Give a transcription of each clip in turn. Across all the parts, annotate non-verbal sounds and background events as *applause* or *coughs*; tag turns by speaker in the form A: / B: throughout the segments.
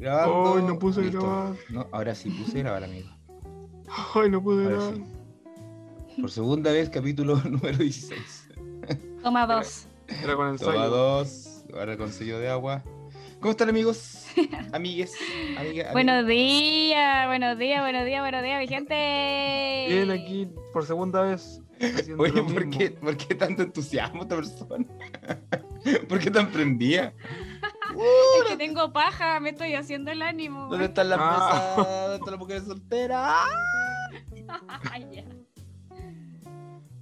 A: Grabando.
B: Ay, no puse
A: Listo.
B: grabar.
A: No, ahora sí puse grabar, amigo.
B: Ay, no pude
A: Ahora
B: grabar.
A: sí. Por segunda vez, capítulo *laughs* número 16.
C: Toma dos.
B: Era con
A: Toma
B: ensayo.
A: dos. Ahora con sello de agua. ¿Cómo están,
C: *laughs*
A: amigos? Amigues. Amiga,
C: Buenos días, buenos días, buenos días, buenos días, mi gente.
B: Bien aquí por segunda vez. haciendo
A: Oye,
B: lo
A: ¿por
B: mismo.
A: qué, ¿por qué tanto entusiasmo esta persona? *laughs* ¿Por qué tan
C: *laughs*
A: prendida? Uh,
C: Es que tengo paja, me estoy haciendo el ánimo.
A: ¿Dónde están las
B: Ah. *laughs*
A: mesas? ¿Dónde están las mujeres solteras?
C: *laughs* Ay, ya.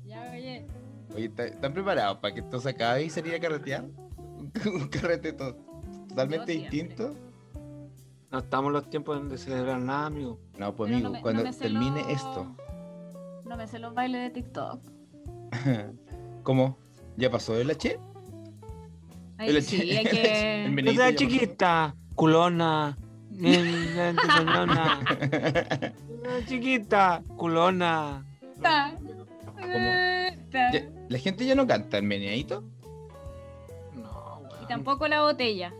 C: Ya, oye.
A: Oye, ¿está- ¿están preparados para que esto se acabe y salir a carretear? *laughs* Un carrete to- totalmente
C: Yo siempre.
A: distinto.
B: No estamos en los tiempos de celebrar nada, amigo.
A: No, pues amigo,
C: Pero no me- no
A: cuando
C: me sé
A: termine
C: los-
A: esto. *laughs*
C: No me sé los bailes de TikTok.
A: ¿Cómo? ¿Ya pasó el H?
C: Ay, sí,
A: *laughs*
C: hay
A: el
C: que.
A: meneíto
B: Desde
A: ya
B: chiquita, culona.
A: *laughs*
B: Desde
A: pasó.
B: chiquita, culona.
C: Ta, ta.
A: Ya- La gente ya no canta el meneadito. *laughs*
B: No, weón.
C: Y tampoco la botella.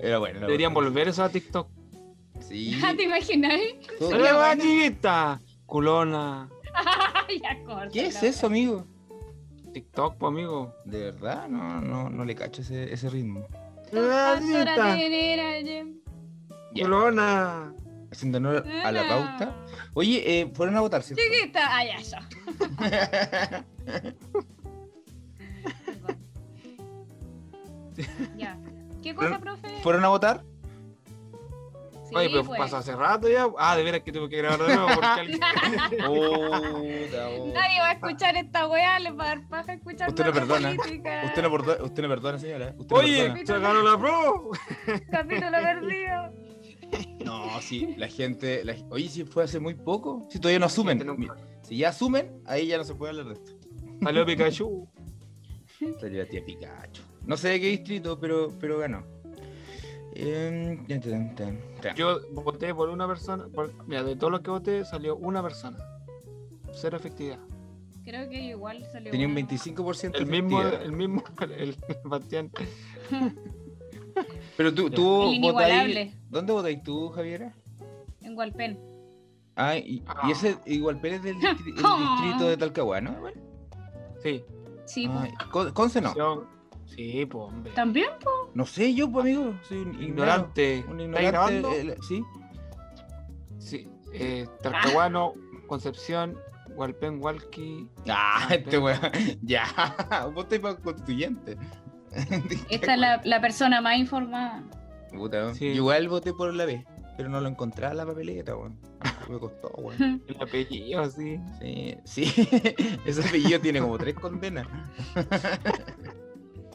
A: Era bueno. era
B: Deberían
A: bueno.
B: volver eso a TikTok.
A: Sí.
C: Ya, *laughs* Ah, ¿Te imaginas?
A: todo-
B: Desde chiquita, culona.
C: ya corta.
A: ¿Qué es
C: la-
A: eso, amigo?
B: TikTok, pues, amigo.
A: De verdad, no, no, no le cacho ese, ese ritmo.
B: Desde chiquita,
A: Ya,
B: culona.
A: Haciendo honor a la pauta. Oye, eh, fueron a votar, ¿cierto?
C: Chiquita, ay, ya, ya. Ya. ¿Qué cosa, profe?
A: ¿Fueron a
B: *laughs*
A: votar?
C: Sí,
B: Oye, pero
C: pues.
B: pasó hace rato ya. Ah, de veras que tuve que grabar de nuevo
C: *laughs*
B: porque alguien...
A: Puta, vos.
C: Nadie va a escuchar esta weá, le va a dar paja escuchar
A: Usted no
C: más de
A: perdona.
C: política.
A: Usted no perdona, usted no perdona, señora. ¿eh? Usted no
B: Oye,
A: perdona.
B: se ganó la pro.
C: Capítulo perdido.
A: No, sí, la gente. la- Oye, sí, fue hace muy poco. Si todavía no asumen.
B: Nunca.
A: Mira, Si ya asumen, ahí ya no se puede hablar de esto.
B: *laughs* Salió Pikachu.
A: Salió la tía Pikachu. No sé de qué distrito, pero, pero ganó. Em, tan, tan, tan, tan.
B: Yo voté por una persona. por- mira, de todos los que voté salió una persona. Cero efectividad.
C: Creo que igual salió.
A: Tenía un
C: bueno.
A: 25%
B: El mismo,
A: efectividad.
B: el mismo, *laughs* el Bastián.
A: Pero tú,
B: Ya.
A: tú
C: El
A: votáis.
C: inigualable.
A: ¿Dónde votáis tú, Javiera?
C: En Walpen.
A: Ah, y, y ese igual Pérez
C: *laughs*
A: del distri- el
C: Ah.
A: distrito de Talcahuano. ¿no? Bueno,
B: Sí.
C: Sí,
A: ah,
C: pues.
A: Con- Conce no.
B: Yo- sí, pues, hombre.
C: ¿También?
A: *laughs* No sé, yo, pues, amigo, soy un ignorante.
B: Ignorante.
A: Un
B: ¿Estáis
A: ignorante.
B: grabando?
A: eh, la- sí.
B: Sí. Eh, Talcahuano, Concepción, Hualpén, Hualqui.
A: Ah,
B: Ah,
A: este
B: pero-
A: weón. *laughs* Ya. Vos te para constituyente.
C: Esta es la, la persona más informada.
A: Puta, weón.
B: Sí.
A: Yo Igual voté por la B, pero no lo encontraba la papeleta, weón. Ah, Me costó, weón.
B: El apellido, sí.
A: Sí, sí. *laughs* Ese apellido tiene como tres condenas.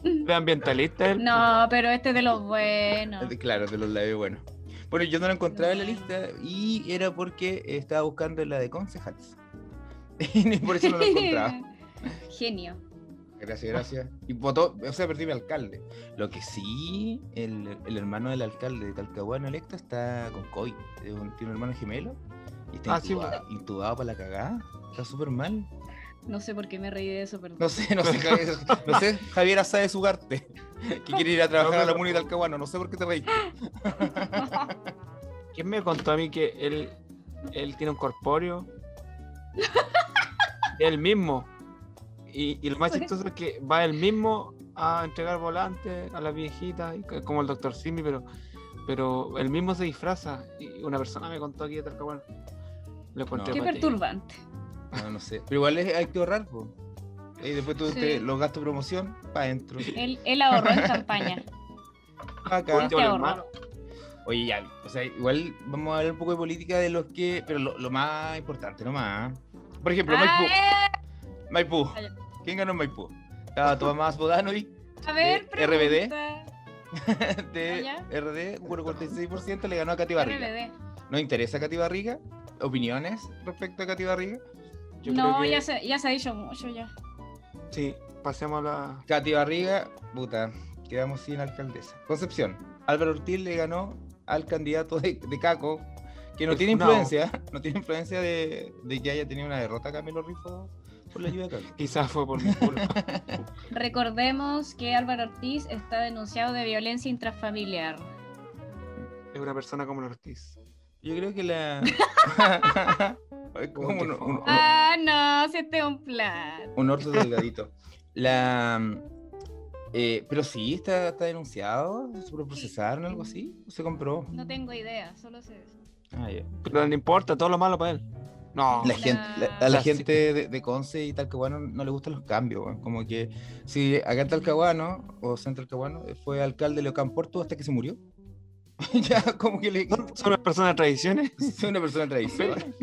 B: De ambientalista. él,
C: No, pero este es de los buenos.
A: Eh, Claro, de los labios, bueno. Bueno, yo no lo encontraba en la lista y era porque estaba buscando la de concejales. *laughs* Y por eso no *laughs* lo
C: *laughs*
A: encontraba.
C: Genio.
A: Gracias, gracias. Y votó, o sea, perdí mi alcalde. Lo que sí, el, el hermano del alcalde de Talcahuano electo está con COVID. Es un- Tiene un hermano gemelo y está
B: Ah, sí,
A: intuba- intubado, para la cagada. Está súper mal.
C: No sé por qué me reí de eso, perdón.
A: No sé, no sé, Javier, no sé, Javier Saez Ugarte, que quiere ir a trabajar a la MUNI de Talcahuano. No sé por qué te reíste.
B: pues. ¿Quién me contó a mí que él, él tiene un
C: *laughs*
B: corpóreo? él mismo. Y, y lo más chistoso es que va él mismo a entregar volantes a las viejitas, y c- como el doctor Simi, pero, pero él mismo se disfraza. Y una persona me contó aquí de Talcahuano. Lo encontré
C: Qué
B: patético.
C: perturbante.
A: No, no sé. Pero igual es- hay que ahorrar, po. Y después tú
C: Sí.
A: te- los gastos de promoción, para adentro.
C: Él, él ahorró en
B: *laughs*
C: campaña.
A: pa' acá.
B: Último, el
C: ahorro.
B: hermano.
A: Oye, ya, o sea, igual vamos a hablar un poco de política de los que. Pero lo, lo más importante nomás. ¿eh? Por ejemplo, Maipú.
C: Ah,
A: Maipú.
C: Ah, ya.
A: ¿Quién ganó en Maipú? Estaba Tomás Bodanovi
C: eh, a ver,
A: Eh, RBD.
C: pregunta.
A: *laughs* de
C: Ah,
A: RD, bueno, 46% le ganó a Cati Barriga.
C: RBD.
A: ¿No interesa Cati Barriga? ¿Opiniones respecto a Cati Barriga?
B: Yo
C: no,
B: creo que-
C: ya, se, ya se ha dicho mucho ya.
B: Sí, pasemos a la.
A: Cati Barriga, puta, quedamos sin alcaldesa. Concepción, Álvaro Ortiz le ganó al candidato de, de Caco, que no
B: El
A: tiene
B: funao.
A: influencia, *laughs* no tiene influencia de, de que haya tenido una derrota Camilo Rifo por la ayuda de Caco.
B: Quizás fue por mi culpa.
C: *laughs* Recordemos que Álvaro Ortiz está denunciado de violencia intrafamiliar.
B: es una persona como el Ortiz.
A: Yo creo que la. es como un, un,
C: Ah, no, se te un plan.
A: un orto delgadito. La. eh, pero sí, está, está denunciado, se lo procesaron, algo así, se compró.
C: No tengo idea, solo sé eso.
A: Ah, ya.
B: Pero no importa, todo lo malo para él. No.
A: La
C: Hola.
A: gente, la- a la
B: Ah, sí.
A: gente de, de Conce y Talcahuano no le gustan los cambios, weón. como que si acá en Talcahuano o Centro Talcahuano eh, fue alcalde Leocán Porto hasta que se murió. *laughs* ya como que le
B: Son son una persona de tradiciones,
A: soy una persona tradicional.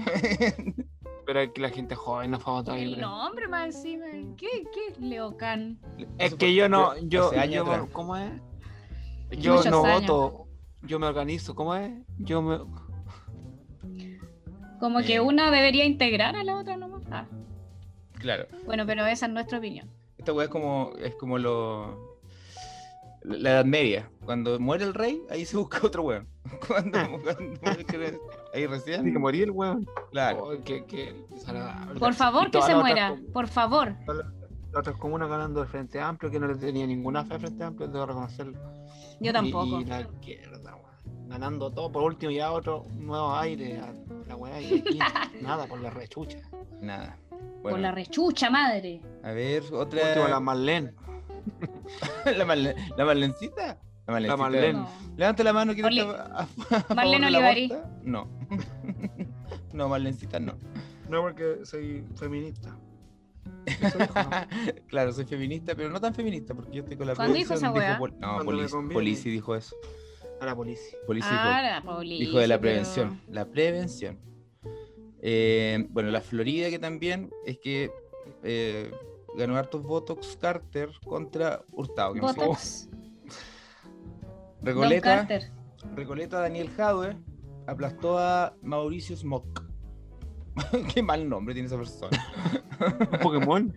B: pero aquí la gente joven no fue a votar, yo
C: El
B: creo.
C: nombre más encima. ¿Qué, qué es Leocan?
B: Es que yo no, yo,
A: Hace años
B: yo-
A: atrás.
B: ¿cómo es?
A: Es que
B: Yo
C: muchos
B: no
C: años.
B: voto, yo me organizo, ¿cómo es? Yo me...
C: Como que
A: Eh.
C: una debería integrar a la otra nomás. Ah,
A: Claro.
C: bueno, pero esa es nuestra opinión.
A: Esta weá es como, es como lo. La Edad Media. Cuando muere el rey, ahí se busca otro weón. *laughs* Cuando,
C: Ah.
A: cuando ahí
B: Tiene que
A: recién.
B: morir el weón.
A: Claro.
B: Oh, qué- qué desagradable.
C: Por favor,
B: Y
C: que
B: todas
C: se
B: las otras
C: muera.
B: com-
C: Por favor.
B: Las otras comunas ganando de Frente Amplio, que no le tenía ninguna fe a Frente Amplio, debo reconocerlo.
C: Yo tampoco.
B: Y la izquierda, weón. Ganando todo, por último ya otro nuevo aire a la weá y aquí
C: *laughs*
B: nada, por la rechucha.
A: Nada.
C: Por la
A: Bueno,
C: rechucha, madre.
A: a ver,
B: Por último,
A: *laughs*
B: la
A: otra.
B: Marlene.
A: La, Marle- la Marlencita. La Marlencita.
B: Marlen. *laughs*
C: No.
A: Levanta la mano que
C: Orle-
A: está *laughs* a- a- a favor de
C: Marlene
A: la
C: Olivari.
A: aborta. No. *laughs* No, Marlencita no.
B: No, porque soy *laughs* feminista. Yo soy hijo, no.
A: *laughs* claro, soy feminista, pero no tan feminista, porque yo estoy con la
C: ¿Cuándo dijo esa weá?
A: pol- No,
B: Cuando le
A: Polici
B: conviene.
A: Polici dijo eso.
B: A la policía.
A: Polici dijo-
C: Ah, la Pauli,
A: dijo, de la
C: sí,
A: prevención. La prevención. Eh, bueno, la Florida que también es que eh, ganó hartos Botox Carter contra Hurtado. que
C: pero-
A: no sé-
C: Botox. Don
A: Recoleta,
C: Carter.
A: Recoleta Daniel Jadwe aplastó a Mauricio Smock. *laughs* Qué mal nombre tiene esa persona. *laughs*
B: ¿Un Pokémon?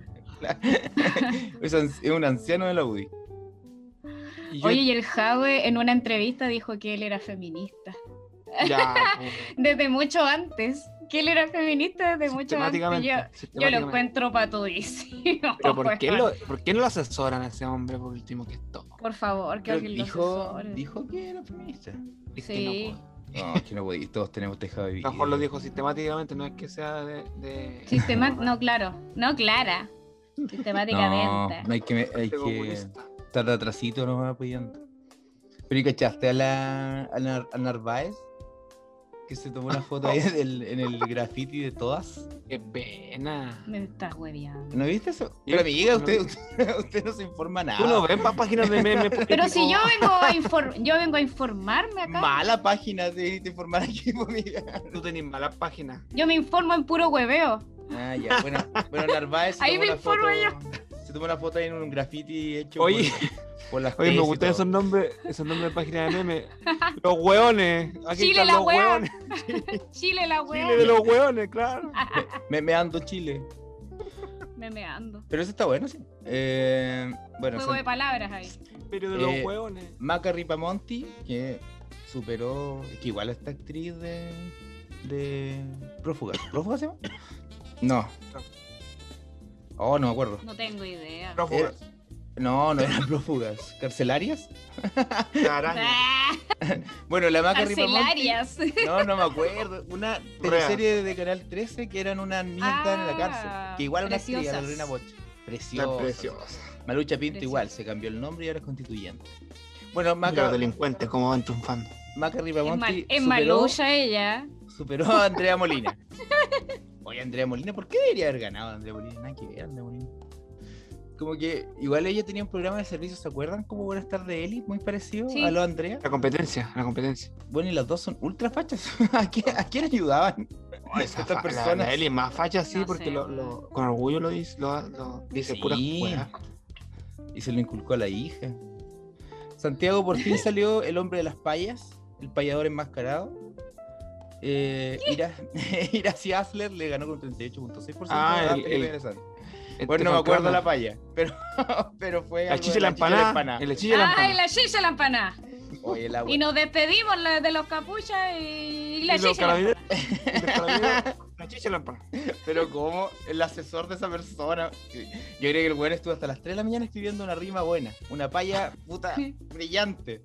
A: Es, an- es un anciano de la UDI.
B: Y yo-
C: Oye, y el Jadwe en una entrevista dijo que él era feminista.
B: ya,
C: *laughs* Desde mucho antes. Que él era feminista desde mucho antes.
B: sistemáticamente,
C: Yo, yo lo
B: sistemáticamente.
C: encuentro pues, patudísimo.
B: Pero ¿por qué,
C: weón.
B: lo, ¿por qué no lo asesoran a ese hombre por último que es todo?
C: Por favor, que
A: Pero
C: alguien lo
A: dijo,
C: asesore.
A: dijo que era feminista.
B: Es
C: Sí.
B: que no, puedo.
A: No, es que no podéis, todos tenemos tejado de
B: a
A: vida.
B: lo mejor lo dijo sistemáticamente, no es que sea de... de-
C: Sistema... No, claro. No, Clara. Sistemáticamente.
A: No, no hay que, me- hay
B: de
A: que
B: comunista.
A: estar de atrasito nomás apoyando. Pero ¿y cachaste a la a, Nar- a Narváez? Que se tomó una foto ahí en el, en el graffiti de todas.
B: Qué pena.
C: Me estás hueveando.
A: ¿No viste eso?
B: Sí,
A: Pero amiga,
B: no.
A: usted, usted, usted no se informa nada.
B: Tú no ves pa- páginas de memes.
C: Pero
B: políticos.
C: si yo vengo a, infor- yo vengo a
B: *laughs*
C: informarme acá.
A: Mala página de de informar aquí, *laughs* po, amiga.
B: Tú tenés malas páginas.
C: Yo me informo en puro hueveo.
A: Ah, ya. Bueno, bueno Narváez. se
C: Ahí
A: tomó
C: me
A: una
C: informo
A: foto- Se tomó una foto ahí en un graffiti hecho
B: Oye.
A: por, por las
B: Oye, me
A: tesis y
B: gustan
A: todo.
B: esos nombres, esos nombres de páginas de
C: *laughs*
B: memes. Los hueones. Aquí
C: Chile
B: están
C: la
B: los
C: wea.
B: hueones.
C: Chile la hueva.
B: Chile de los hueones, claro.
C: Ah.
A: Me, me ando Chile.
C: Me meando.
A: Pero eso está bueno, sí. Eh, bueno,
C: Juego
A: San-
C: de palabras ahí.
B: Pero de los
A: Eh,
B: hueones.
A: Maca Ripamonti, que superó. es que igual esta actriz de. de. Prófuga. ¿Prófuga se llama? No. Oh, no me acuerdo.
C: No tengo idea.
B: Prófugas.
A: No, no eran prófugas. ¿Carcelarias?
B: Caraña.
C: Ah,
A: Bueno, la Maca Ripamonti.
C: Carcelarias.
A: No, no me acuerdo. Una
B: Real.
A: serie de Canal 13 que eran una niña que estaba en la
C: Ah,
A: cárcel. Que igual una actriz,
C: preciosas.
A: la Lorena Boch. Preciosa.
B: Están preciosos.
A: Malucha Pinto
C: Preciosas.
A: igual, se cambió el nombre y ahora es constituyente. Bueno,
B: Maca.
A: Maca,
B: Los delincuentes, como van triunfando.
A: Maca
C: Es, mal-
A: Ripamonti
C: es
A: superó,
C: malucha ella.
A: superó a Andrea Molina. Oye, Andrea Molina, ¿por qué debería haber ganado Andrea Molina? Nada que ver, Andrea Molina. Como que igual ella tenía un programa de servicios, ¿se acuerdan? Como Buenas tardes Eli, muy parecido
C: Sí.
A: a lo de Andrea.
B: La competencia, la competencia.
A: Bueno, y las dos son ultra fachas. *laughs* ¿A quién, a quién ayudaban?
B: Esa
A: Estas
B: fa-
A: personas.
B: La, la Eli es más facha, sí,
C: No
B: porque
C: sé,
B: lo, lo- con orgullo lo dice, lo, lo dice
A: Sí.
B: pura weá.
A: Y se lo inculcó a la hija. Santiago por fin salió el hombre de las payas, el payador enmascarado. Eh, Ira, *laughs* Iracy Asler le ganó con 38.6%.
B: Ah,
A: Ah,
B: el-
A: qué
B: el-
A: interesante.
B: Este
A: Bueno, no me acuerdo
B: Falcana.
A: la paya, pero, pero *laughs* fue.
B: La
A: algo
B: chicha
A: de
B: y la
A: chicha y
B: empanada. El chicha y la
C: Ay,
B: empanada.
C: la chicha la empanada.
A: Oye, la
C: Y nos despedimos la- de los capuchas y la
B: Y los
C: chicha. la
B: carabineros. *laughs*
C: empanada.
B: y los carabineros,
C: *laughs*
B: La chicha y la empanada.
A: Pero como el asesor de esa persona. Yo creo que el weón estuvo hasta las 3 de la mañana escribiendo una rima buena. Una paya puta brillante.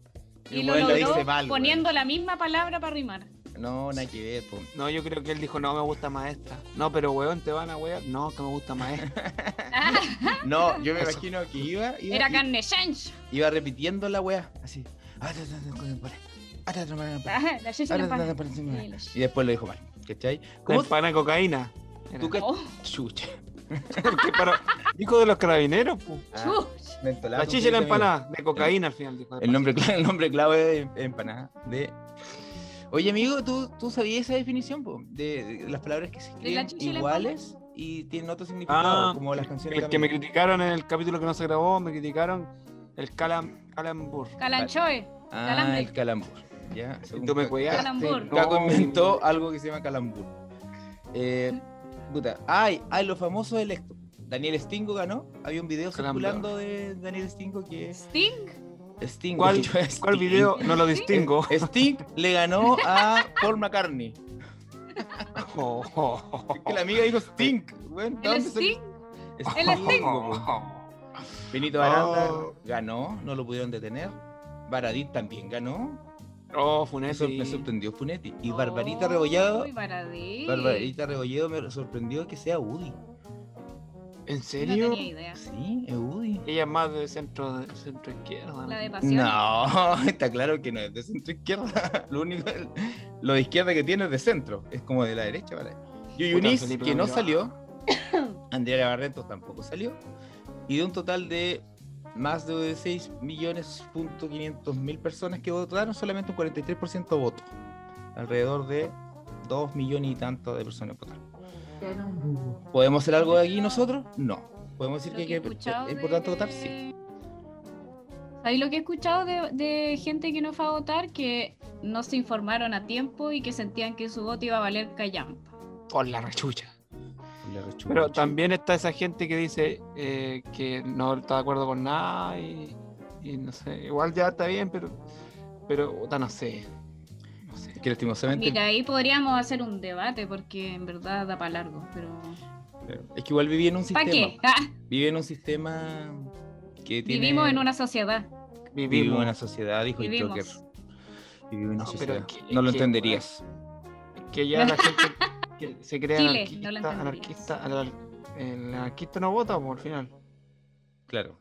C: Y
A: El
C: lo
A: weón
C: logró
A: dice mal, weón.
C: poniendo la misma palabra para rimar.
A: No, nada que ver, po.
B: No, yo creo que él dijo, no, me gusta más esta. No, pero weón, te van a wear. No, que me gusta más *laughs* esta.
C: Ah,
A: No, yo me
B: Eso.
A: imagino que iba, iba,
C: era
A: i-
C: carne chancho.
A: iba repitiendo la weá, así. Ah, ta, ta, ta, con el pare. Ah, ta, ta, pare, pare.
C: Ah, la chancho
A: Ah, ta,
C: y la
A: ta, ta,
C: pana.
A: pare, sí,
C: Sí,
A: pare.
C: la chancho.
A: Y después lo dijo mal, ¿cachai?
B: La
A: ¿Cómo
B: empana de cocaína. Era.
A: tú, cach-
C: Oh,
A: Chucha.
B: Porque para- Dijo de los carabineros, pu.
A: Ah,
C: chuch.
A: mentolado, como
B: La chicha y la
A: se dice, amigo.
B: empanada. De cocaína al final, dijo.
A: El nombre, cla- *laughs* el nombre clave es empanada. De... Oye, amigo, ¿tú, ¿tú sabías esa definición po? de, de las palabras que se escriben
C: chicha y la
A: iguales y tienen otro significado,
B: Ah,
A: como las canciones
B: El que me
A: Camilo?
B: criticaron en el capítulo que no se grabó, me criticaron el Calam, Calambur.
C: Calanchoe.
A: Ah,
C: calambre.
A: el calambur. Ya, según
B: tú me
A: Ca-
B: cuidaste.
C: Calambur.
A: Ca- Caco
B: No.
A: inventó algo que se llama calambur. Eh, puta, ay, ay, los famosos electos. Daniel Stingo ganó. Había un video
B: Calambur.
A: circulando de Daniel Stingo que es
C: Sting.
A: Stingo.
B: ¿Cuál,
A: yo es
B: cuál
A: Sting.
B: video? No lo
C: eh,
B: distingo.
A: Sting le ganó a Paul McCartney.
B: *laughs* Oh, oh, oh, oh.
A: Es que la amiga dijo Sting. Bueno, ¿de
C: El
A: dónde sacó-
C: Sting.
A: Sting,
C: el Sting.
A: po. Benito
B: Oh.
A: Baranda ganó, no lo pudieron detener. Baradit también ganó.
B: Oh, Funetti.
A: Eso me sorprendió Funetti. Y Barbarita
C: Oh,
A: Rebollado,
C: uy, Baradí.
A: Barbarita Rebolledo me sorprendió que sea Woody.
B: ¿En
C: No
B: serio?
C: tenía idea.
A: Sí, es Woody.
B: Ella es más de centro, centro izquierda.
C: La de pasión.
A: No, *laughs* está claro que no es de centro izquierda. *laughs* Lo único, lo de izquierda que tiene es de centro. Es como de la derecha para Yuyunis,
B: Felipe
A: que no
B: Camilo.
A: salió. *coughs* Andrea Barretos tampoco salió. Y de un total de más de 6 millones punto 500 mil personas que votaron, solamente un 43% votó. Alrededor de 2 millones y tanto de personas votaron. ¿Podemos hacer algo de aquí nosotros? No. ¿Podemos decir
C: Lo
A: que,
C: que he
A: que es
C: escuchado de-
A: importante votar? Sí.
C: ¿Sabéis lo que he escuchado de, de gente que no fue a votar? Que no se informaron a tiempo y que sentían que su voto iba a valer callampa.
B: Por la rechucha.
A: Le rechucho.
B: Pero también está esa gente que dice eh, que no está de acuerdo con nada y, y no sé, igual ya está bien, pero, pero puta, no sé. No sé.
A: que lastimosamente
C: Mira, ahí podríamos hacer un debate porque en verdad da para largo, pero...
A: Claro. Es que igual viví en un
C: ¿Para
A: sistema.
C: qué? *laughs* Ah,
A: Viví en un sistema que tiene.
C: Vivimos en una sociedad.
A: Vivo en
B: Vivimos.
A: una sociedad, dijo el
C: Vivimos.
A: Joker. Viví en una
B: No, pero
A: sociedad.
B: es que-
A: no lo
B: es que,
A: entenderías.
B: Que ya la gente que se cree
C: Chile,
B: anarquista,
C: no la entenderías.
B: anarquista, anar- el anarquista no vota por al final.
A: Claro.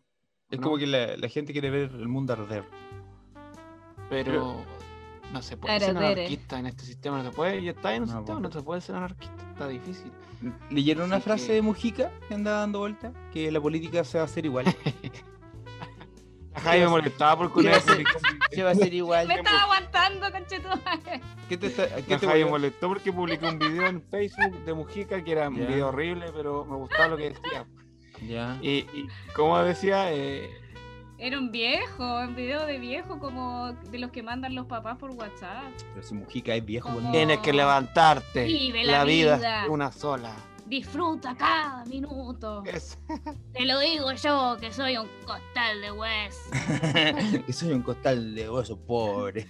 A: Es
B: ¿No?
A: como que la, la gente quiere ver el mundo arder.
B: Pero no se puede ser
C: Arderere.
B: anarquista en este sistema, no se puede, ya está en un
A: No,
B: sistema,
A: po.
B: no se puede ser anarquista, está difícil.
A: ¿Leyeron una
B: Así
A: frase
B: que-
A: de Mujica que andaba dando vuelta? Que la política se va a hacer igual.
B: La Jaime me
A: Sí,
B: molestaba porque *laughs*
A: sí,
B: una vez
A: sí.
B: publicó-
A: *laughs* se va a hacer igual. pues.
C: Me estaba aguantando, conchetumare.
A: ¿Qué te, está- qué
B: la
A: te
B: Jaime
A: volvió-
B: molestó porque publicó un video en Facebook de Mujica que era un
A: Ya.
B: video horrible, pero me gustaba lo que decía.
A: Ya.
B: *laughs* Y, y como decía, eh,
C: Era un viejo, un video de viejo como de los que mandan los papás por WhatsApp.
A: Pero si Mujica es viejo,
C: Como-
A: boludo.
C: Tiene-
B: tienes que levantarte,
C: Vive
B: la,
C: la
B: vida,
C: vida.
B: es una sola.
C: Disfruta cada minuto.
B: Es-
C: *laughs* Te lo digo yo, que soy un costal de hueso.
A: *laughs* que soy un costal de hueso pobre.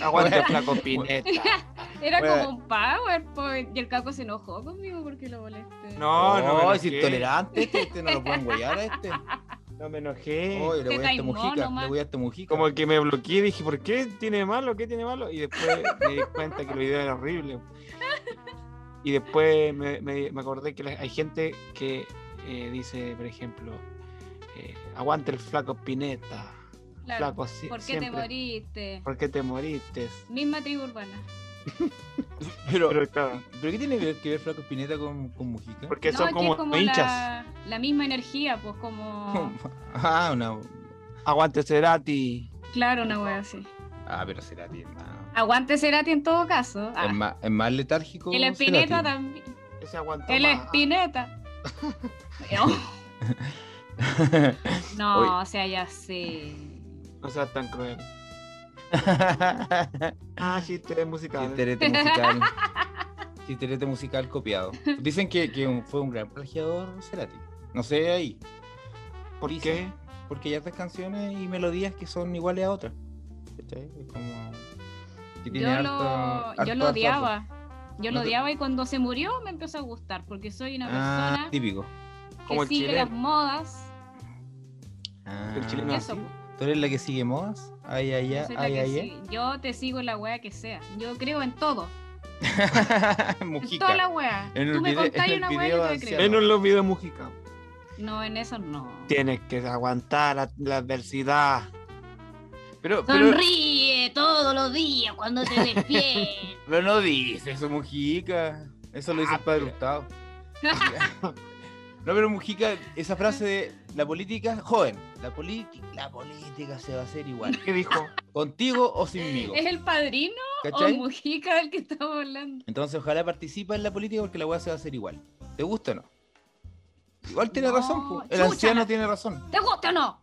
B: aguanta flaco Pineta.
C: Era
A: Bueno.
C: como un PowerPoint. Y el caco se enojó conmigo porque lo molesté.
B: *laughs* No, no, me
A: Ay, Oh, es
B: enojé,
A: intolerante este, este no lo pueden guayar a este.
B: no me enojé.
A: Oye, le voy a
C: Te
A: este
C: cae
A: Mujica,
C: mono, man.
A: le voy a este Mujica.
B: Como que me bloqueé y dije, ¿por qué tiene de malo? ¿Qué tiene de malo? Y después me di cuenta que el video era horrible. Y después me, me- me acordé que la- hay gente que eh, dice, por ejemplo, eh, aguante el flaco Pineta.
C: Claro.
B: Flaco si-
C: ¿Por qué
B: siempre.
C: te moriste?
B: ¿Por qué te moriste?
C: Misma tribu urbana.
A: Pero,
B: Pero claro,
A: ¿Pero qué tiene que ver, que ver Flaco Espineta con, con Mujica?
B: porque
C: No,
B: son
C: es que
B: como,
C: es como
B: hinchas.
C: la, la misma energía, pues como.
A: *laughs* Ah, una...
B: Aguante Cerati.
C: Claro, una wea así.
A: Ah, pero Cerati es más...
C: Aguante Cerati en todo caso. Ah,
A: Es más, es más letárgico
C: el Espineta
A: Em, Cerati.
C: también.
B: Ese aguantó
C: El
B: más.
C: Espineta.
A: *laughs*
C: no,
A: Oye.
C: o sea, ya sé.
B: No seas tan cruel.
A: *laughs*
B: Ah, chiste musical.
A: Chisterete musical.
C: *laughs*
A: Chisterete musical copiado. Dicen que, que un- fue un gran plagiador Cerati. No sé ahí,
B: ¿Por qué?
A: dicen. porque hay otras canciones y melodías que son iguales a otras. ¿Cachai? Es como... que tiene
C: Yo
A: harto-
C: lo,
A: harto,
C: yo
A: harto,
C: lo
A: harto.
C: odiaba. Yo
A: No
C: lo
A: te-
C: odiaba y cuando se murió me empezó a gustar porque soy una
A: Ah,
C: persona
A: típico.
B: Como el
C: que sigue
B: chileno.
C: las modas.
A: Ah,
B: El chileno
C: Y
B: Ah,
C: eso,
B: sí.
C: po.
A: ¿Tú eres la que sigue modas? Ay, ay,
C: Yo
A: ay,
C: soy la
A: ay,
C: que
A: ay,
C: sí- Yo te sigo en la wea que sea. Yo creo en todo.
A: ay.
C: En toda
A: *laughs* Mujica.
C: la wea.
A: En el
C: Tú me
A: video-
C: contás
A: en el
C: una wea
A: video
C: yo te
A: hacia
C: creo.
B: Menos los videos Mujica.
C: No, en eso no.
B: Tienes que aguantar la, la adversidad.
A: Pero, pero,
C: Sonríe todos los días cuando te
A: *laughs*
C: despiertes.
A: pero no dice eso, Mujica. Eso lo dice
B: Ah,
A: el padre
B: pero-
A: Gustavo.
C: *laughs*
A: *laughs* No, pero Mujica, esa frase de la política, joven, la, política la política se va a hacer igual.
C: *laughs*
B: ¿Qué dijo?
A: Contigo o sinmigo.
C: ¿Es el padrino o
A: ¿Cachai?
C: Mujica del que estamos hablando?
A: Entonces ojalá participa en la política porque la weá se va a hacer igual. ¿Te gusta o no? Igual tiene
C: No,
A: razón, po. el
C: chúchala.
A: anciano tiene razón.
C: ¿Te gusta o no?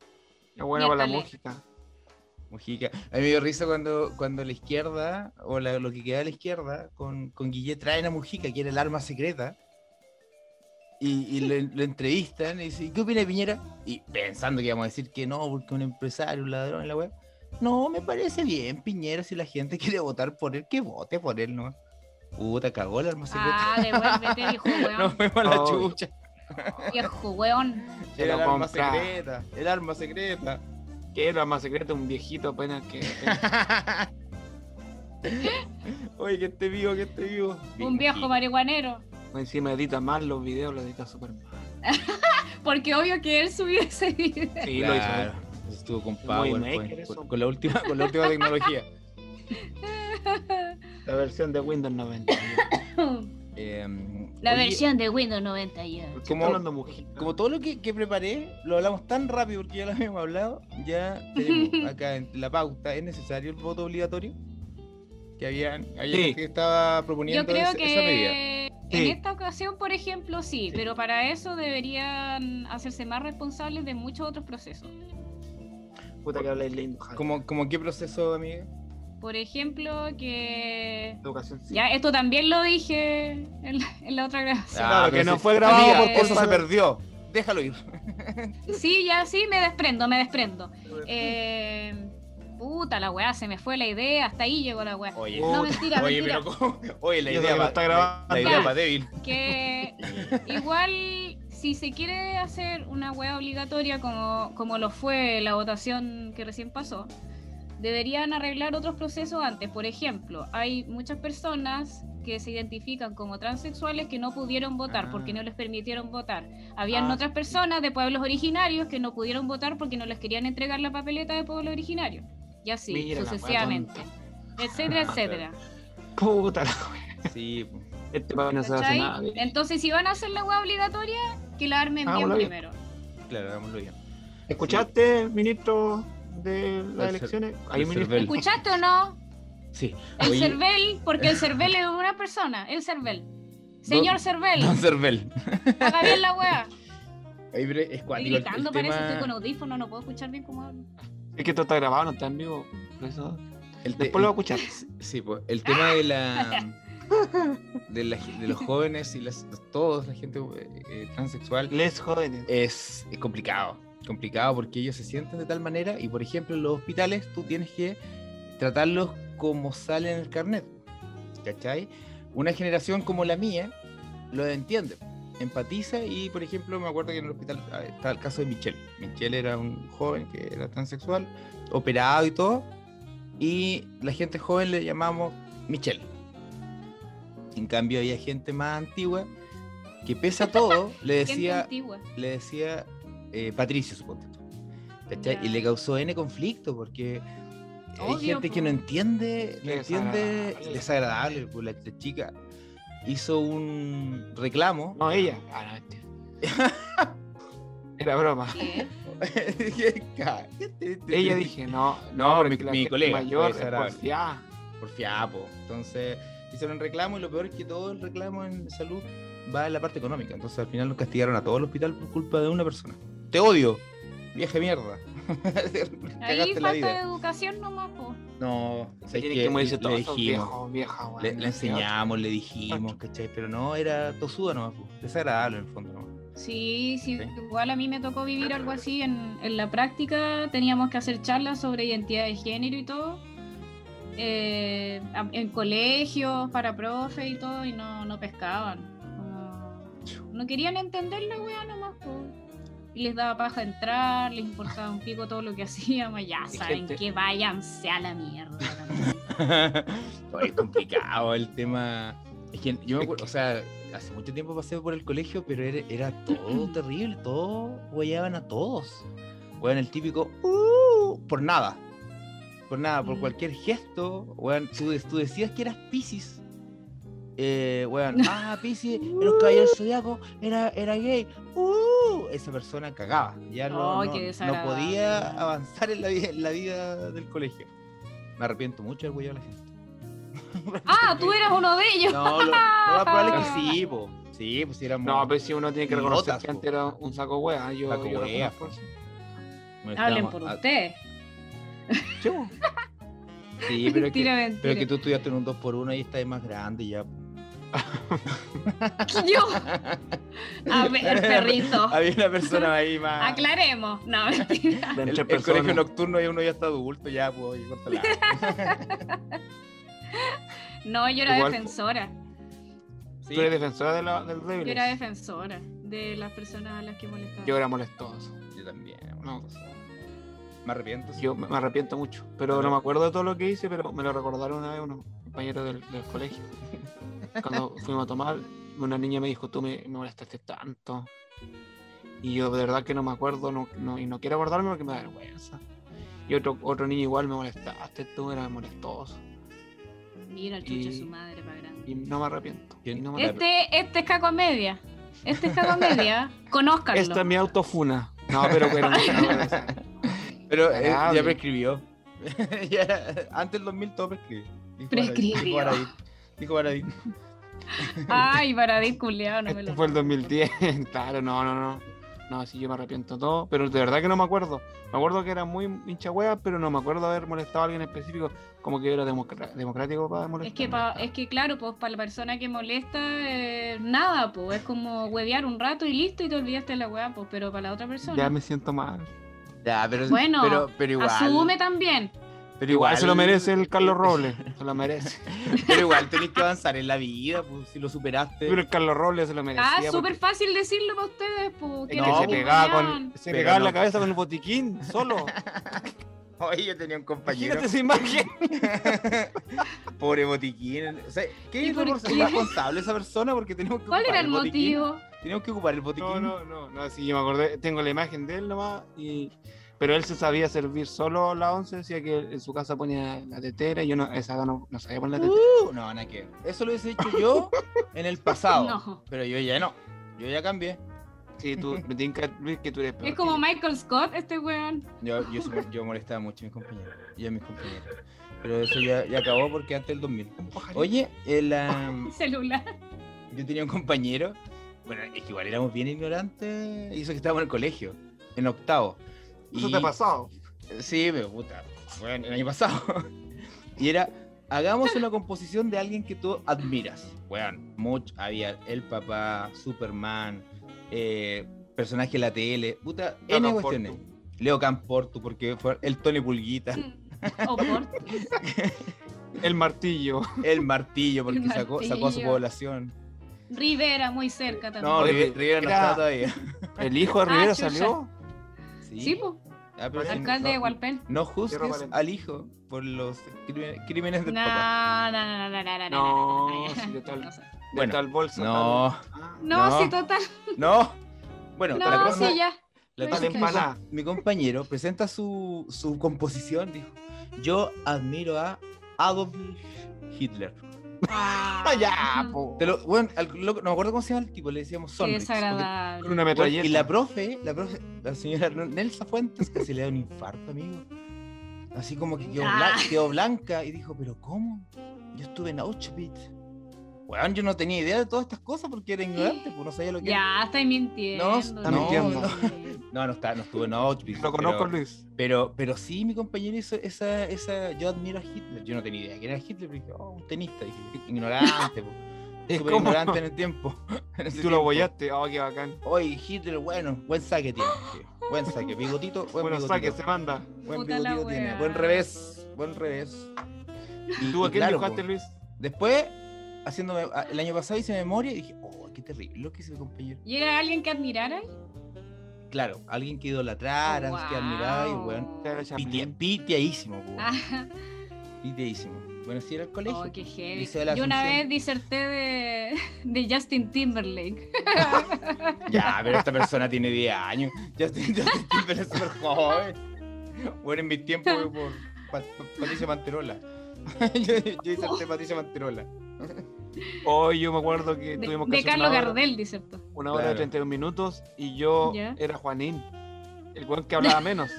B: Es buena para la
C: Miércale.
B: música.
A: Mujica. A mí me dio risa cuando, cuando la izquierda, o la- lo que queda de la izquierda, con, con Guillet traen a Mujica, que era el arma secreta, y, y lo, lo entrevistan y dicen, "¿Y ¿qué opina de Piñera? Y pensando que íbamos a decir que no, porque un empresario, un ladrón, la web. No, me parece bien, Piñera, si la gente quiere votar por él, que vote por él, ¿no? Puta, cagó el arma secreta.
C: Ah, devuélvete,
A: *laughs*
C: viejo
A: Nos
C: weón.
A: vemos a la
B: Oh.
A: chucha.
C: Viejo weón.
B: Te
A: Era
B: lo
A: el arma
B: compra.
A: secreta. El arma secreta.
B: ¿Qué era más secreto? Un viejito apenas que. eh,
A: *laughs* Oye, que esté vivo, que esté vivo.
C: Un viejo
A: Mujica.
C: marihuanero.
B: *laughs* Encima edita más los videos, los edita súper mal.
C: Porque obvio que él subió ese video. *laughs*
B: Sí,
A: Claro,
B: lo hizo.
A: eh. Estuvo con
B: maker
A: PowerPoint,
B: eso.
A: con, con la última, con la última *laughs* tecnología.
B: La versión de Windows 90.
A: Em,
C: La
A: oye,
C: versión de Windows 90 ya.
B: ¿Por qué
A: Como-
B: está hablando Mujica?
A: Como todo lo que, que preparé, lo hablamos tan rápido porque ya lo habíamos hablado, ya
C: *laughs*
A: tenemos acá en la pauta, ¿es necesario el voto obligatorio? Que habían, había
B: Sí.
A: gente que estaba proponiendo
C: Yo creo
A: ese- esa medida.
C: que en
B: Sí.
C: esta ocasión, por ejemplo, sí,
B: Sí.
C: pero para eso deberían hacerse más responsables de muchos otros procesos.
B: Puta que habláis lindo. Jaime.
A: ¿Como, como qué proceso, amiga?
C: Por ejemplo, que...
B: Educación sí.
C: Ya, esto también lo dije en la, en la otra grabación.
B: claro,
A: Ah, pero
B: que no
A: si-
B: fue grabado
A: Amiga,
C: por
A: Eso
B: culpa
A: se
B: de-
A: perdió. Déjalo ir.
B: Ah.
C: Sí, ya, sí, me desprendo, me desprendo. Eh, puta, la weá, se me fue la idea, hasta ahí llegó la weá.
A: Oye,
C: No,
B: puta.
C: mentira,
A: oye,
C: mentira.
A: pero ¿cómo? *laughs* Oye, la
B: Y eso
A: idea
B: que no
A: va-
B: está
A: la-
B: grabando.
A: La idea
C: Ya.
A: va débil.
B: *laughs*
C: que igual si se quiere hacer una hueá obligatoria como, como lo fue la votación que recién pasó, deberían arreglar otros procesos antes. Por ejemplo, hay muchas personas que se identifican como transexuales que no pudieron votar
B: Ah.
C: porque no les permitieron votar. Habían
B: Ah,
C: otras personas de pueblos originarios que no pudieron votar porque no les querían entregar la papeleta de pueblo originario. Y así,
B: Mira la hueá
C: sucesivamente.
B: *laughs*
C: Etcétera, etcétera.
B: Puta la
A: Sí, po.
B: Este país no se hace
C: ¿Cachai?
B: nada. bien.
C: Entonces, si van a hacer la hueá obligatoria, que la armen
B: Ah,
C: bien
B: hola, bien.
C: primero.
A: claro, hagámoslo bien.
B: ¿Escuchaste, ministro de las
A: El cer-
B: elecciones?
A: el
B: ministro.
A: cervel.
C: ¿Escuchaste o no?
A: Sí.
C: El
A: Oye,
B: *laughs*
C: Cervel, porque el Cervel es una persona, el Cervel. Señor Cervel,
A: Don Cervel.
C: haga bien la
B: *laughs*
C: hueá.
A: Oye, pero es
C: Estoy
A: cuático el- el
C: gritando, parece,
A: tema-
C: estoy con audífono, no puedo escuchar bien cómo hablo.
B: Es que esto está grabado, no está en vivo. por eso-
A: el te-
B: Después lo voy a escuchar.
A: Sí, pues, el tema de
C: *laughs*
A: la, de la de los jóvenes y las todos la gente eh, transexual
B: Les jóvenes.
A: es, es complicado, complicado porque ellos se sienten de tal manera y por ejemplo en los hospitales tú tienes que tratarlos como sale en el carnet, ¿cachai? Una generación como la mía lo entiende, empatiza y por ejemplo me acuerdo que en el hospital ah, está el caso de Michelle. Michelle era un joven que era transexual, operado y todo, y la gente joven le llamamos Michelle. En cambio había gente más antigua que pese a todo le
C: Gente
A: decía *laughs*
C: antigua.
A: le decía eh, Patricio, suponte. tú, ¿cachai?
C: Ya.
A: Y le causó N conflicto porque hay
C: Obvio,
A: gente que
C: po.
A: no entiende, no
B: Qué
A: entiende,
B: desagradable.
A: desagradable, pues la, la chica hizo un reclamo. *laughs*
B: No, ella. Ah, no, mentira. Era broma.
C: ¿Qué?
A: *laughs*
B: Ella dije, no,
A: No, mi-
B: no, porque la
A: mi
B: gente
A: colega,
B: mayor
A: puede ser
B: es
A: árabe.
B: porfiada.
A: por fiapo. Entonces hicieron un reclamo y lo peor es que todo el reclamo en salud va en la parte económica. Entonces al final nos castigaron a todo el hospital por culpa de una persona. Te odio, vieja mierda. *laughs*
C: Ahí
A: Cagaste la
C: falta
A: vida.
C: de educación nomás, po.
A: No, o sea, es
B: Tienen
A: que
B: que morirse
A: le
B: todos esos
A: dijimos,
B: viejos, viejas, weón,
A: le, le
B: demasiado.
A: enseñamos, le dijimos, ¿cachai? Pero no, era tosuda nomás, po. desagradable en el fondo nomás.
C: Sí, sí,
A: Sí.
C: igual a mí me tocó vivir algo así en, en la práctica. Teníamos que hacer charlas sobre identidad de género y todo. eh, a- en colegios, para profe y todo, y no, no pescaban. Como- No querían entender la wea nomás. po. y les daba paja entrar, les importaba un pico todo lo que *laughs* hacíamos, ya
B: Y
C: saben
B: gente-
C: que váyanse a la mierda. también.
A: *laughs* No, es complicado el tema. Es que yo me acuerdo, o sea, hace mucho tiempo pasé por el colegio, pero era, era
B: *clears throat*
A: todo terrible, todo huellaban a todos. Weón, el típico, "Uh", por nada. Por nada, por
C: Mm.
A: cualquier gesto, weón, tú, de- tú decías que eras Piscis. Eh,
B: *laughs*
A: weón, ah, Piscis, era un caballero zodiaco, era, era gay. "Uh", esa persona cagaba. Ya no,
C: Ay,
A: no-
C: qué
A: no
C: desagradable.
A: podía avanzar en la, vida, en la vida del colegio. Me arrepiento mucho del huevo a la gente.
C: ah, tú eras uno de ellos.
A: No, lo, lo más probable es que
C: *laughs*
A: sí, po. Sí, pues si éramos.
B: No, pero si uno tiene que reconocer
A: Idiotas,
B: que
A: po.
B: antes era un saco wea. Yo,
A: Saco
B: yo
A: wea,
B: reconozco eso.
A: bueno,
C: Hablen
A: estábamos-
C: por
A: ah,
C: usted.
B: Sí, po.
A: Sí, pero es
C: mentira,
A: que,
C: mentira.
A: pero es que tú estudiaste en un 2x1 y estás más grande ya. po.
C: *laughs* Yo.
A: *laughs*
C: A ver, perrito. Ah,
A: Había una persona ahí más.
C: Aclaremos. No, *laughs* mentira.
B: De
A: El,
B: entre
A: el colegio
B: personas.
A: nocturno ya uno ya está adulto, ya, pues, oye, córtala.
C: *laughs* No, yo era
B: Igual,
C: defensora.
A: Sí.
B: Tú eres defensora de la- del
C: Yo
B: débil.
C: era defensora de las personas a las que molestaba.
B: Yo era molestoso.
A: Yo también.
B: No.
A: No. Me arrepiento. sí.
B: Yo me me arrepiento mucho. Pero no me acuerdo de todo lo que hice, pero me lo recordaron una vez unos compañeros del, del colegio. Cuando fuimos a tomar, una niña me dijo, tú me, me molestaste tanto. Y yo de verdad que no me acuerdo no, no- y no quiero acordarme porque me da vergüenza. Y otro, otro niño igual me molestaste, tú eras molestoso.
C: Mira, chucha
B: Y-
C: su madre para grande.
B: Y no me arrepiento. y
A: ¿Quién?
B: no me arrepiento.
C: Este, este es caco a media. Este es caco
B: *laughs*
C: a media. Conózcanlo.
B: Esta es mi autofuna. No, pero bueno,
A: Pero eh,
B: Agradable.
A: ya prescribió. *laughs* Ya era- antes del 2000 todo prescribió. Dijo
C: Prescribió.
A: Baradit, Dijo Baradit. Dijo Baradit.
C: Ay, para culiao, no me
B: Este
C: lo.
B: fue el 2010, *laughs* claro, no, no, no. No, sí, yo me arrepiento de todo, pero de verdad que no me acuerdo. Me acuerdo que era muy hincha hueá, pero no me acuerdo haber molestado a alguien específico, como que era democra- democrático para molestar.
C: Es que, pa- es que claro, pues para la persona que molesta, eh, nada, pues es como huevear un rato y listo y te olvidaste de la hueá, pues, pero para la otra persona.
B: Ya me siento mal.
A: Ya, pero,
C: Bueno,
A: pero, pero igual.
C: Asume también.
A: Pero
B: Igual,
A: igual
B: se lo merece
A: *laughs*
B: el Carlos Robles, se lo merece.
A: Pero igual tenés que avanzar en la vida, pues, si lo superaste.
B: Pero el Carlos Robles se lo merecía.
C: Ah, súper
B: porque-
C: fácil decirlo para ustedes, pues.
B: es
C: ¿qué
B: que
A: No,
C: les
B: se
A: pues,
B: pegaba,
C: weón?
B: con, se
A: Pero
B: pegaba en la
A: no.
B: cabeza con el
A: *laughs*
B: botiquín, solo.
A: Oye, yo tenía un compañero,
B: Imagínate esa imagen.
A: pobre botiquín. O sea, ¿qué
C: ¿Y
A: es
C: por qué?
A: responsable esa persona? Porque teníamos que
C: ¿Cuál
A: ocupar
C: era el
A: botiquín.
C: motivo?
A: Teníamos que ocupar el botiquín.
B: No, no, no, no, sí, yo me acordé, tengo la imagen de él nomás, y... pero él se sabía servir solo la once, decía que en su casa ponía la tetera, y yo no, esa no, no sabía poner la tetera.
A: Uh, no, nada que ver. Eso lo hubiese hecho yo en el pasado.
C: *laughs* No.
A: Pero yo ya no. Yo ya cambié.
B: Sí, tú, me tienen que admitir que tú eres peor
C: Uh. Es como
B: que yo.
C: Michael Scott, este weón. *laughs*
A: Yo, yo, super- yo molestaba mucho a mis compañeros. Y a mis compañeros. Pero eso ya, ya acabó porque antes del 2000.
B: Ojalá.
A: Oye, el, am,
C: Celular.
A: Yo tenía un compañero, bueno, es que igual éramos bien ignorantes, y eso que estábamos en el colegio, en octavo.
B: Eso te ha pasado.
A: Sí, pero puta, bueno, el año pasado. *laughs* y era, hagamos una composición de alguien que tú admiras. Bueno, mucho, había el papá, Superman, eh, personaje de la tele, puta,
B: Leo
A: N
B: Camportu.
A: cuestiones. Leo Camportu, porque fue el Tony Pulguita,
C: O por-
A: *laughs*
B: El martillo.
A: el martillo,
C: *laughs*
A: porque Sacó, sacó a su
C: Martillo.
A: población.
C: Rivera, muy cerca también.
A: No,
B: Oye,
A: Rive- Rivera no
B: era-
A: estaba
C: *laughs*
A: todavía.
B: El hijo de
C: Ah,
B: Rivera
C: chucha.
B: salió.
A: Sí,
C: sí, pues.
A: Ah, pero sí,
C: Alcalde
A: no-
C: de Hualpén.
A: No juzgues
B: Tierra Valente.
A: al hijo por los crimen- crímenes del papá.
C: No, no, no, no, no, no,
B: No,
C: no,
B: sí, total.
C: No sé.
B: De
A: Bueno,
B: tal bolsa.
A: No,
B: tal- Ah,
C: No,
A: No.
C: sí, total.
A: *laughs* no. Bueno, la
C: No,
A: cosa, *laughs*
C: sí, ya.
A: la
C: lo
A: cosa es que mi,
B: tal
C: dije.
A: com-
B: empanada.
A: mi compañero presenta su, su composición, dijo, yo admiro a Adolf Hitler.
C: Ah,
B: Ah, ya, po.
A: Te lo- bueno, al loco- no me acuerdo cómo se llama el tipo, le decíamos
C: Qué
A: Sonrix. porque-
B: Con
C: desagradable.
B: una metralleta.
A: y la profe, la profe, la señora Nelsa Fuentes, casi le da un infarto, amigo. Así como que quedó, blan-
C: Ah.
A: quedó blanca y dijo, pero ¿cómo? Yo estuve en Auschwitz. Weón, yo no tenía idea de todas estas cosas porque era ignorante, pues no sabía lo que era.
C: Ya, estáis mintiendo.
A: No, está
B: mintiendo.
A: *laughs* No, no, está, no estuve en Auschwitz.
B: Lo conozco,
A: pero,
B: Luis.
A: pero, pero sí, mi compañero hizo esa, esa. Yo admiro a Hitler. Yo no tenía idea que era Hitler, pero dije, oh, un tenista. Dije, ignorante, po.
B: *laughs* Es
A: Súper
B: como.
A: ignorante en el
B: *laughs*
A: tiempo. *laughs* En ese
B: Y tú lo
A: tiempo.
B: bollaste. Oh, qué bacán.
A: Oye, Hitler, bueno, buen saque
C: *gasps*
A: tiene. dije. Buen saque, bigotito, buen
B: Bueno,
A: bigotito.
B: saque, se manda.
A: Buen
C: Puta la
A: bigotito tiene.
C: wea.
A: Buen revés, buen revés. Y,
B: ¿Tú
A: y
B: a quién
A: claro,
B: dibujaste,
A: po,
B: Luis?
A: Después, haciéndome. a- El año pasado hice memoria y dije, oh, qué terrible lo que hice mi compañero.
C: ¿Y era alguien que admirara?
A: claro, alguien que idolatraran, que admiraran, y
C: Guau.
A: weón.
B: Chaplin.
A: pitia- Pitiadísimo,
C: *laughs*
A: weón.
C: Ah,
A: Pitiadísimo. Bueno, sí era el colegio.
C: oh, qué heavy.
A: Liceo de la
C: Yo una
A: Asunción.
C: vez diserté de, *laughs* de Justin Timberlake.
A: Ya, pero esta persona tiene 10 años. Ya estoy, ya estoy- pero es súper joven. Bueno, en mis
C: *laughs*
A: tiempos fue por Pat- Pat- Patricia Manterola. *laughs* yo, yo hice el tema Patricia Manterola.
B: Hoy yo me acuerdo que
C: De,
B: tuvimos
C: de
B: que hacer
C: Carlos
B: una hora,
C: Gardel disertó.
B: una hora
A: Claro.
B: de 31 minutos y yo
C: Ya.
B: era Juanín, el weón que hablaba menos.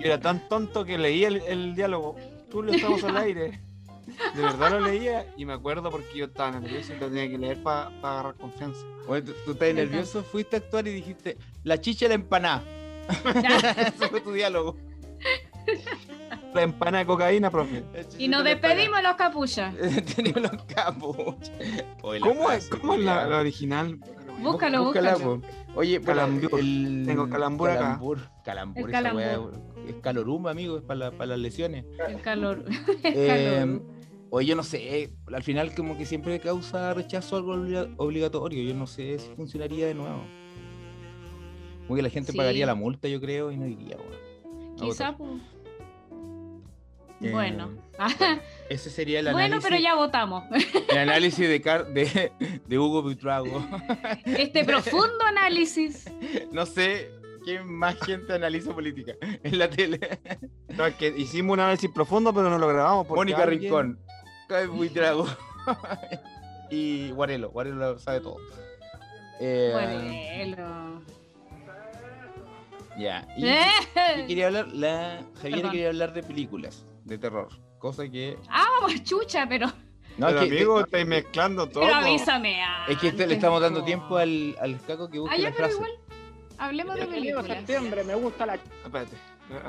B: y era tan tonto que leía el, el diálogo. Tú lo estamos al aire. De verdad lo leía y me acuerdo porque yo estaba nervioso y lo tenía que leer para agarrar confianza.
A: Bueno, tú, tú estás nervioso, fuiste a actuar y dijiste, la chicha y la empanada. *laughs* Ese fue tu diálogo.
B: La empana de cocaína, profe.
A: La chicha
C: Y nos
A: la empanada.
C: despedimos los capuchas.
A: Eh, *laughs* Tenemos los capos. Oye, la
B: ¿Cómo es,
A: frase,
B: cómo es la,
A: culiao.
B: la original?
C: Búscalo,
A: Búscala,
C: búscalo.
A: po. Oye, bueno,
B: Calambur.
A: el-
B: Tengo calambur acá.
A: calambur, Calambur,
C: El
A: esa
C: calambur.
A: weá, Es caloruma, amigo, es para, la- para las lesiones.
C: El calor. *laughs* El
A: Eh,
C: calor.
A: oye, yo no sé, eh, al final como que siempre causa rechazo algo obliga- obligatorio, yo no sé si funcionaría de nuevo. Como que la gente
C: Sí.
A: pagaría la multa, yo creo, y no iría, weón. A
C: Quizá,
A: votar.
C: *laughs* pues.
A: Eh,
C: Bueno. *laughs*
A: Ese sería el
C: Bueno,
A: análisis,
C: pero ya votamos. *laughs*
A: el análisis de, Car- de, de Hugo
C: *laughs*
A: Buitrago.
C: Este profundo análisis.
A: No sé quién más gente analiza política en la tele.
B: No, es que hicimos un análisis profundo, pero no lo grabamos. porque
A: Mónica
B: alguien-
A: Rincón, Cabe
C: *laughs*
A: Buitrago y Guarelo. Guarelo lo sabe todo. Eh,
C: Bueno.
A: Ya. Y yo
C: Eh, *laughs*
A: quería hablar, la Javiera
C: Perdón.
A: quería hablar de películas de terror. Cosa que.
C: Ah, Vamos, chucha, pero,
A: No,
B: Pero,
A: es que,
B: amigo, estáis mezclando todo.
C: pero avísame.
A: es que este- le
C: antes,
A: estamos dando
C: po.
A: tiempo al, al caco que busque
C: Ah, ya,
A: la
C: pero
A: frase.
C: igual. Hablemos de
D: El primero de
C: películas.
D: septiembre me gusta la
B: Espérate.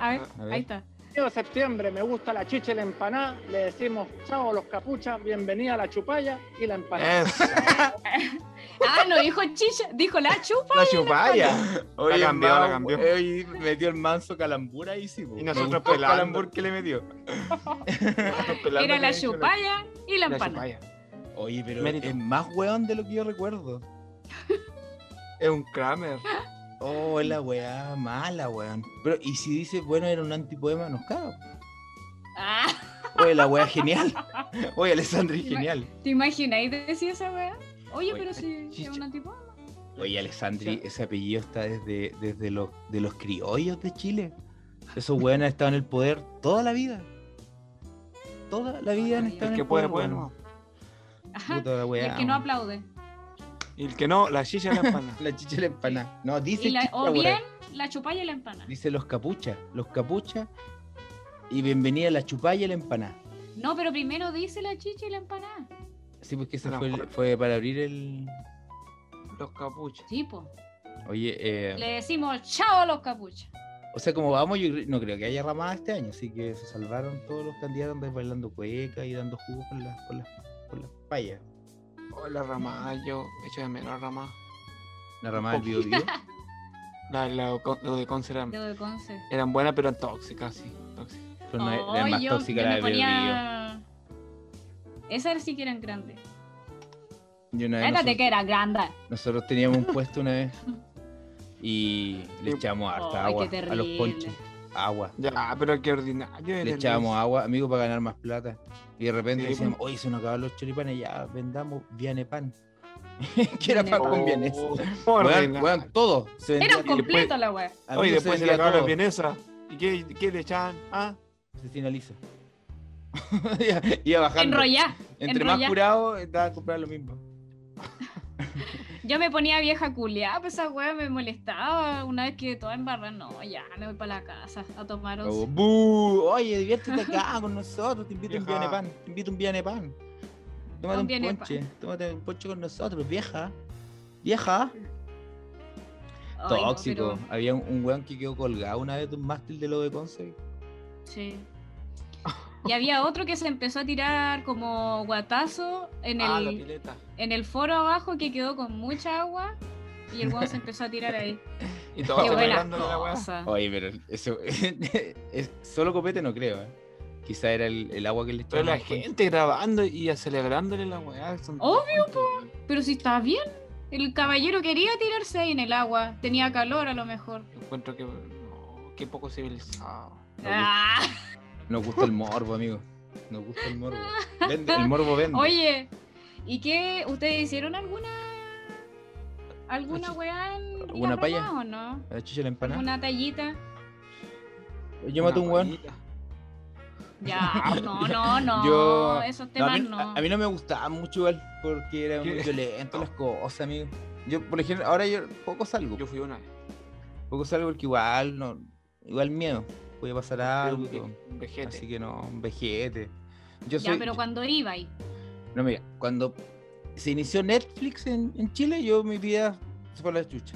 C: A ver,
A: A ver.
C: ahí está.
D: el primero de septiembre me gusta la chicha y la empanada, le decimos chao a los capuchas, bienvenida a la chupalla y la empanada.
B: Eso,
C: Ah, no dijo chicha, dijo la
A: *laughs*
C: chupa.
B: la chupalla.
A: Oye,
B: La cambió, la
A: Mao,
B: cambió.
A: oye, metió el manso calambur ahí, sí. po.
B: Y nosotros
A: Me gustó el
B: pelando.
A: calambur que le metió.
C: *laughs* Era la chupalla y la
B: La
C: empana.
B: chupalla.
A: Oye, pero
B: Mérito.
A: es más weón de lo que yo recuerdo.
B: Es un Kramer.
A: Oh, es la weá mala, weón. Pero, y si dices, bueno, era un antipoema, nos cago.
C: Ah,
A: Oye, la weá genial. *laughs* Oye, Alessandri, genial.
C: ¿te imagináis decir esa weá?
A: Oye,
C: Oye, pero si
A: chicha.
C: es una tipo.
A: Oye, Alessandri, ese apellido está desde, desde los, de los criollos de
C: *laughs*
A: Chile. Esos weones han estado en el poder toda la vida. Toda la vida han
C: El
A: estado
B: El
A: en
B: que
A: el
B: puede,
A: poder.
B: puede
A: weón.
B: no.
C: Ajá.
A: Puta la
C: y
A: weá,
C: el que no
A: weón.
C: aplaude.
B: Y el que no, la chicha y la empana. *laughs*
A: La chicha y la empana. No, dice
C: Y la-
A: chicha,
C: o
A: weón.
C: bien, la chupalla y la empana.
A: Dice los capuchas. Los capuchas. Y bienvenida a la chupalla y la empanada.
C: No, pero primero dice la chicha y la empanada.
A: Sí, porque esa
B: A lo
A: fue, el-
B: mejor.
A: fue para abrir el.
B: Los capuchas.
C: Sí, po.
A: Oye, eh,
C: Le decimos chao a los capuchas.
A: o sea, como vamos, yo cre- no creo que haya ramada este año, así que se salvaron todos los candidatos de bailando cueca y dando jugos con las con las con las payas.
B: Oh, la ramada, yo echo de menos la ramada.
A: La ramada del Bio Bio.
B: La, la- lo de Conce eran,
C: Debo de Conce.
B: eran buenas, pero eran tóxicas, sí. Tóxicas.
A: Pero
C: *laughs*
A: no,
C: Oh,
A: era más
C: yo-
A: tóxica
C: yo
A: la
C: me
A: de Bio
C: ponía- Esas sí que eran grandes.
A: Bio. Y una vez
C: Espérate
A: nosotros,
C: que eran grandes.
A: nosotros teníamos un puesto una vez y le echamos harta
C: Ay, qué
A: agua a los
C: terrible.
A: ponches. Agua.
B: Ya, pero qué ordinario.
A: Le
B: eres,
A: echábamos
B: Luis.
A: agua, amigo, para ganar más plata. Y de repente
B: Sí. pues.
A: decíamos, oye, se nos acabaron los choripanes, ya vendamos vianepan. *laughs* que era pan con
C: Oh,
A: vienesa. *laughs*
B: Oh,
A: Weón,
B: ordinario.
A: weón, todo. Se vendía
C: Era
A: todo.
C: completo la wea.
A: Amigo,
B: Oye, después se le
A: vendía
B: acabaron
A: todo.
B: las vienesas. ¿Y qué, qué le echaban? Ah,
A: Cecina *laughs* Lisa. iba, iba bajando.
C: Enrollá.
A: Entre
C: enrolla.
A: más curado, estaba a comprar lo mismo.
C: Yo me ponía vieja culiada, pues esa wea me molestaba. Una vez que toda embarrada, no, ya me voy para la casa a tomar
A: Luego,
C: once.
A: "Bu, Oye, diviértete acá *laughs* con nosotros. Te invito a un
B: Vieja.
A: vianepan. Te invito a un vianepan. Tómate
C: Un
A: un,
C: vianepan.
A: ponche. Tómate un ponche con nosotros, vieja. Vieja.
C: Ay, no,
A: Tóxico.
C: pero-
A: Había un, un weón que quedó colgado una vez de un mástil de lo de Conce.
C: sí.
A: *laughs*
C: Y había otro que se empezó a tirar como guatazo en
B: ah, la
C: el,
B: pileta.
C: en el foro abajo que quedó con mucha agua. Y el weón se empezó a
A: *laughs*
C: tirar ahí.
B: Y
A: Qué
B: todos
C: Qué buena
B: celebrando la weá.
C: cosa.
A: Oye, pero eso. *laughs* es, solo copete no creo, ¿eh? Quizá era el, el agua que le
B: Pero
A: echaban.
B: la
A: al ponche.
B: gente grabando y celebrándole la weá. son
C: Obvio,
B: tontos,
C: Pero si está bien. El caballero quería tirarse ahí en el agua. Tenía calor a lo mejor.
B: Encuentro que. no, qué poco civilizado.
C: Ah,
A: Nos gusta el morbo, amigo. Nos gusta el morbo. Vende, el morbo vende.
C: *laughs* oye, ¿y qué? ¿Ustedes hicieron alguna. alguna
A: Así-
C: weá en. la
A: ¿alguna
C: Roca
A: paya?
C: o no?
A: La chicha de la empanada.
C: ¿Una tallita?
A: Yo maté un weón.
B: pajita.
A: *laughs*
C: Ya, no, no, no.
A: Yo-
C: Esos
A: No, a,
C: temas
A: mí,
C: Este no.
A: a- a mí no me gustaba mucho igual, porque era muy
B: ¿Qué?
A: violento las cosas, amigo. Yo, por ejemplo, ahora yo poco salgo.
B: Yo fui una vez.
A: Poco salgo porque igual no. Igual miedo. Puede pasar algo. y
B: Fui
A: todo.
B: un ve- vejete.
A: Ah, Así que no, un vejete. Yo soy,
C: Ya, pero cuando iba ahí.
A: No, mira, cuando se inició Netflix en, en Chile, yo mi vida se fue a la chucha.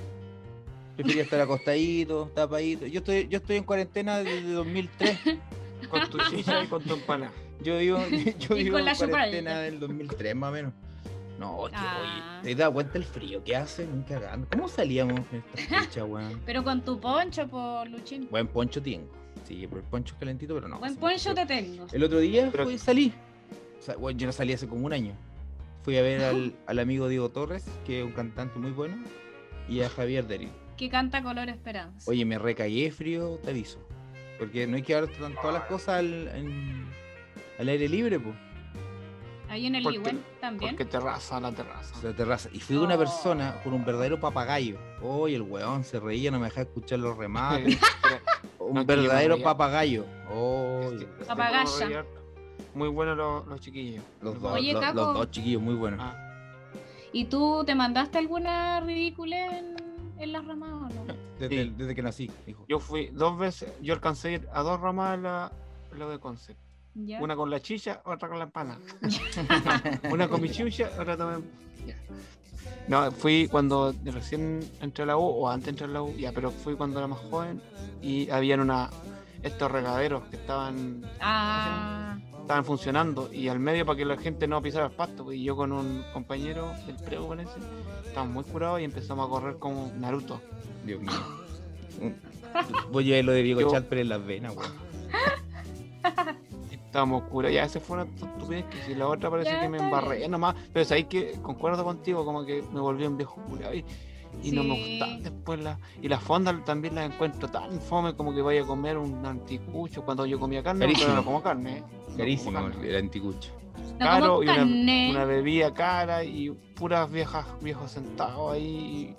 A: Prefería estar acostadito, tapadito. Yo estoy, yo estoy en cuarentena desde 2003. *laughs*
B: Con tu chicha y con tu empana.
A: Yo
C: *laughs*
A: vivo, *laughs* yo
C: Y
A: vivo
C: con
A: en
C: la chupalla.
A: cuarentena del 2003 más o menos. No, que,
C: Ah.
A: oye, ¿te das cuenta el frío que hace? Nunca cagando. ¿Cómo salíamos en esta fecha, weón?
C: Pero con tu poncho, por Luchín.
A: Buen poncho tengo. Sí, pero el poncho es calentito, pero no.
C: Buen
A: hace
C: poncho
A: mucho
C: te tengo.
A: El otro día
B: Pero-
A: fui- salí. O sea, bueno, yo no salí hace como un año. Fui a ver al, al amigo Diego Torres, que es un cantante muy bueno, y a Javier Derín.
C: Que canta Color Esperanza.
A: Oye, me recagué frío, te aviso. Porque no hay que dar tan- todas las cosas al, en- al aire libre, pues.
C: Ahí en el
B: porque-
C: Ligüen también.
B: Porque terraza, la *laughs* terraza.
A: la terraza. Y fui una
C: Oh.
A: persona con un verdadero papagayo. Oye, el weón se reía, no me dejaba escuchar los remates. un
B: No, que yo me
A: verdadero
B: reía.
A: papagayo. Oy,
B: Este- este
C: Papagaya.
B: puedo reír. Muy buenos los, los chiquillos.
A: los, dos,
C: Oye,
A: los- los
C: Caco.
A: dos chiquillos muy buenos.
B: Ah,
C: ¿Y tú te mandaste alguna ridícula en, en las ramas o no?
A: Desde,
B: sí.
A: desde que nací, dijo.
B: yo fui dos veces, yo alcancé a ir a dos ramas de la- lo de Concept.
C: ¿Ya?
B: Una con la chicha, otra con la empana. *laughs* Una con mi chucha, otra también. ya. No, fui cuando recién entré a la U, o antes de entrar a la U, ya, pero fui cuando era más joven y habían una, estos regaderos que estaban
C: Ah,
B: estaban funcionando y al medio para que la gente no pisara el pasto. pues, Y yo con un compañero del prego con ese, estábamos muy curados y empezamos a correr como Naruto.
A: Dios mío.
B: *laughs*
A: Un- Voy a llevar lo de Diego
B: Yo-
A: Chalper en las venas, weón.
B: Estábamos curados. Ya, esa fue una estupidez que si la otra parece
C: Ya,
B: que me
C: está
B: embarré
C: bien.
B: nomás. Pero sabéis que concuerdo contigo, como que me volví un viejo curado y, y no me
C: Sí.
B: gustaban después las. Y las fondas también las encuentro tan fome como que vaya a comer un anticucho. Cuando yo comía carne, pero
A: Carísimo.
B: no como carne. ¿eh? No como
A: Carísimo
B: carne.
A: el
B: *laughs*
A: anticucho.
C: no
B: caro
C: como
B: y una,
C: carne.
B: una bebida cara y puras viejas viejos sentados ahí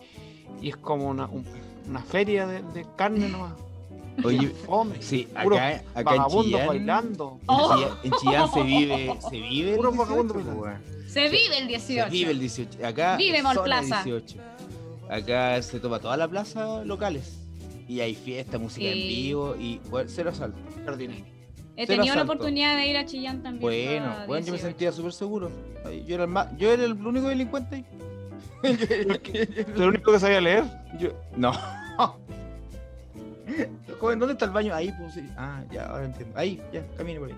B: y, y es como una, un- una feria de, de carne nomás
A: Oye,
B: fome
A: sí,
B: Puros
A: acá, acá en
B: vagabundos
A: Chillán.
B: bailando
A: en
C: Oh.
A: Chillán- En Chillán
B: *laughs*
A: se vive, se vive el
B: Puros
A: 18,
B: vagabundos
A: pues,
B: bailando.
A: weón.
C: Se vive el 18.
A: Se vive el 18. Acá
C: Vive
A: es
C: Mall
A: zona
C: Plaza.
A: 18. Acá se toma toda la plaza locales. Y hay fiesta, música en
C: Sí.
A: vivo y bueno, cero asalto. *laughs*
B: jardines.
C: He
A: cero
C: tenido la
A: asalto.
C: oportunidad de ir a Chillán también.
A: Bueno,
C: a
A: bueno, yo me
C: 18.
A: sentía súper seguro. Ay, Yo era el, más, yo era el único delincuente. ahí. Yo era-
B: lo único que sabía leer
A: Yo, no. *laughs* Joven, ¿dónde está el baño? Ahí, pues sí. Ah, ya, ahora entiendo. Ahí, ya, camine por ahí.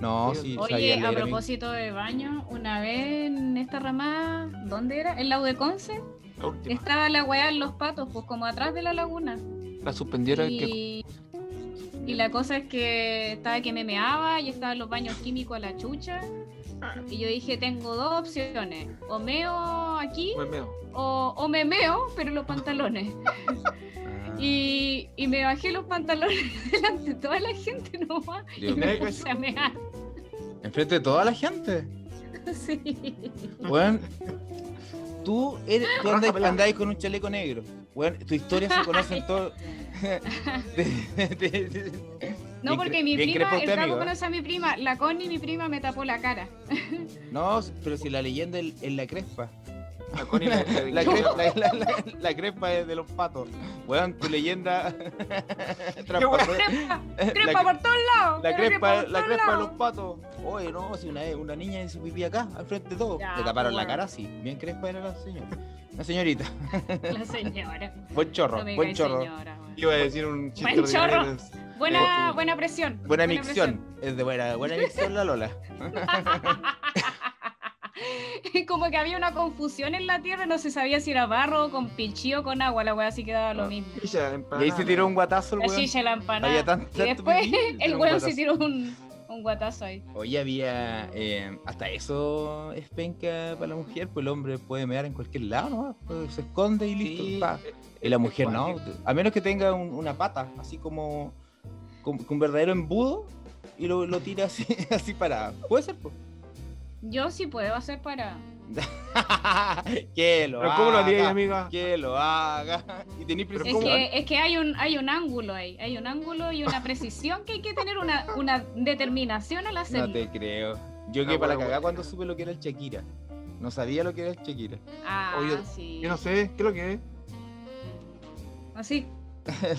A: No, sí, sabía
C: Oye, a
A: leer, amigo.
C: propósito de baño, una vez en esta ramada, ¿dónde era? En la U de Conce,
B: la última
C: estaba la weá en los patos, pues como atrás de la laguna.
B: la suspendieron que
C: Y, y la cosa es que estaba que me meaba y estaba en los baños químicos a la chucha. Y yo dije, tengo dos opciones. O meo aquí
B: me meo.
C: o, o me meo, pero en los pantalones.
A: Ah,
C: Y, y me bajé los pantalones *laughs* delante de toda la gente nomás. Y
A: Dios
C: me *laughs*
B: mío.
C: puse a mear.
A: Enfrente de toda la gente.
C: Sí.
A: Weón, *laughs* tú, eres, tú andas,
B: Rájamela.
A: andáis con un chaleco negro. Weón, tu historia se conoce en *laughs* todo. De- de- de- de-
C: No,
A: Bien
C: porque
A: cre-
C: mi
A: bien
C: prima,
A: crepa
C: el
A: usted,
C: capo
A: amigo, ¿eh?
C: conoce a mi prima, la Connie, mi prima, me tapó
A: *laughs*
C: la cara.
A: No, pero si la leyenda es es la crespa.
B: la Connie la, *laughs* la-
A: La, cre- la- la- la- la crespa es de los patos. Weón, tu *laughs* leyenda. traspasó-
C: Crepa,
A: la
C: crepa
A: cre-
C: por todos lados.
A: La
C: pero
A: crespa,
C: por
A: la
C: todos
A: crespa de los
C: lados.
A: patos. Oye, no, si una, una niña hizo pipí acá, al frente de todo.
C: Ya,
A: Le taparon la
C: bueno.
A: cara así. Bien crespa era la señora. La señorita.
C: *laughs* La señora.
A: Buen chorro,
C: No me
A: buen
C: cae
A: chorro.
C: señora, weón.
B: iba a decir un chiste
C: Buen
B: ordinario.
C: chorro. Buena, buena presión.
A: Buena micción. Es de buena, buena micción la
B: *laughs*
A: Lola.
C: presión. *laughs* Como que había una confusión en la tierra, no se sabía si era barro, con pilchí o con agua, la weá así quedaba lo mismo.
B: Chicha,
A: Y ahí se tiró un guatazo el
C: La
A: weón.
C: chicha, la
A: Había
C: empanada.
A: tan,
B: *laughs*
C: Y después *laughs* el weón se
A: tiró
C: tiró un, un Un guatazo ahí.
A: Hoy había. eh, hasta eso es penca para la mujer, pues el hombre puede mear en cualquier lado, ¿no? Pues se esconde y listo.
B: Sí,
A: pa.
B: eh,
A: Y la
B: es
A: mujer no.
B: cuático.
A: A menos que tenga un- una pata, así como. con, con un verdadero embudo y lo, lo tira así, *laughs* así para. Puede ser, pues. *laughs*
C: Yo sí puedo hacer para.
A: que lo
B: Pero ¿cómo lo haría,
A: haga,
B: amiga?
A: Que lo haga. Y tenéis
B: Pero
C: Es
B: ¿cómo?
A: precisión.
C: que, es que hay un hay un ángulo ahí, hay un ángulo y una precisión que hay que tener una, una determinación al
A: No
C: hacerlo.
A: te creo. Yo
B: Ah,
A: que para
B: bueno,
A: cagar
B: bueno.
A: cuando supe lo que era el Shakira. No sabía lo que era el
C: *laughs*
A: Shakira. *laughs*
C: Ah,
B: Oye,
C: sí.
B: Yo no sé, ¿qué es lo que es?
C: Así.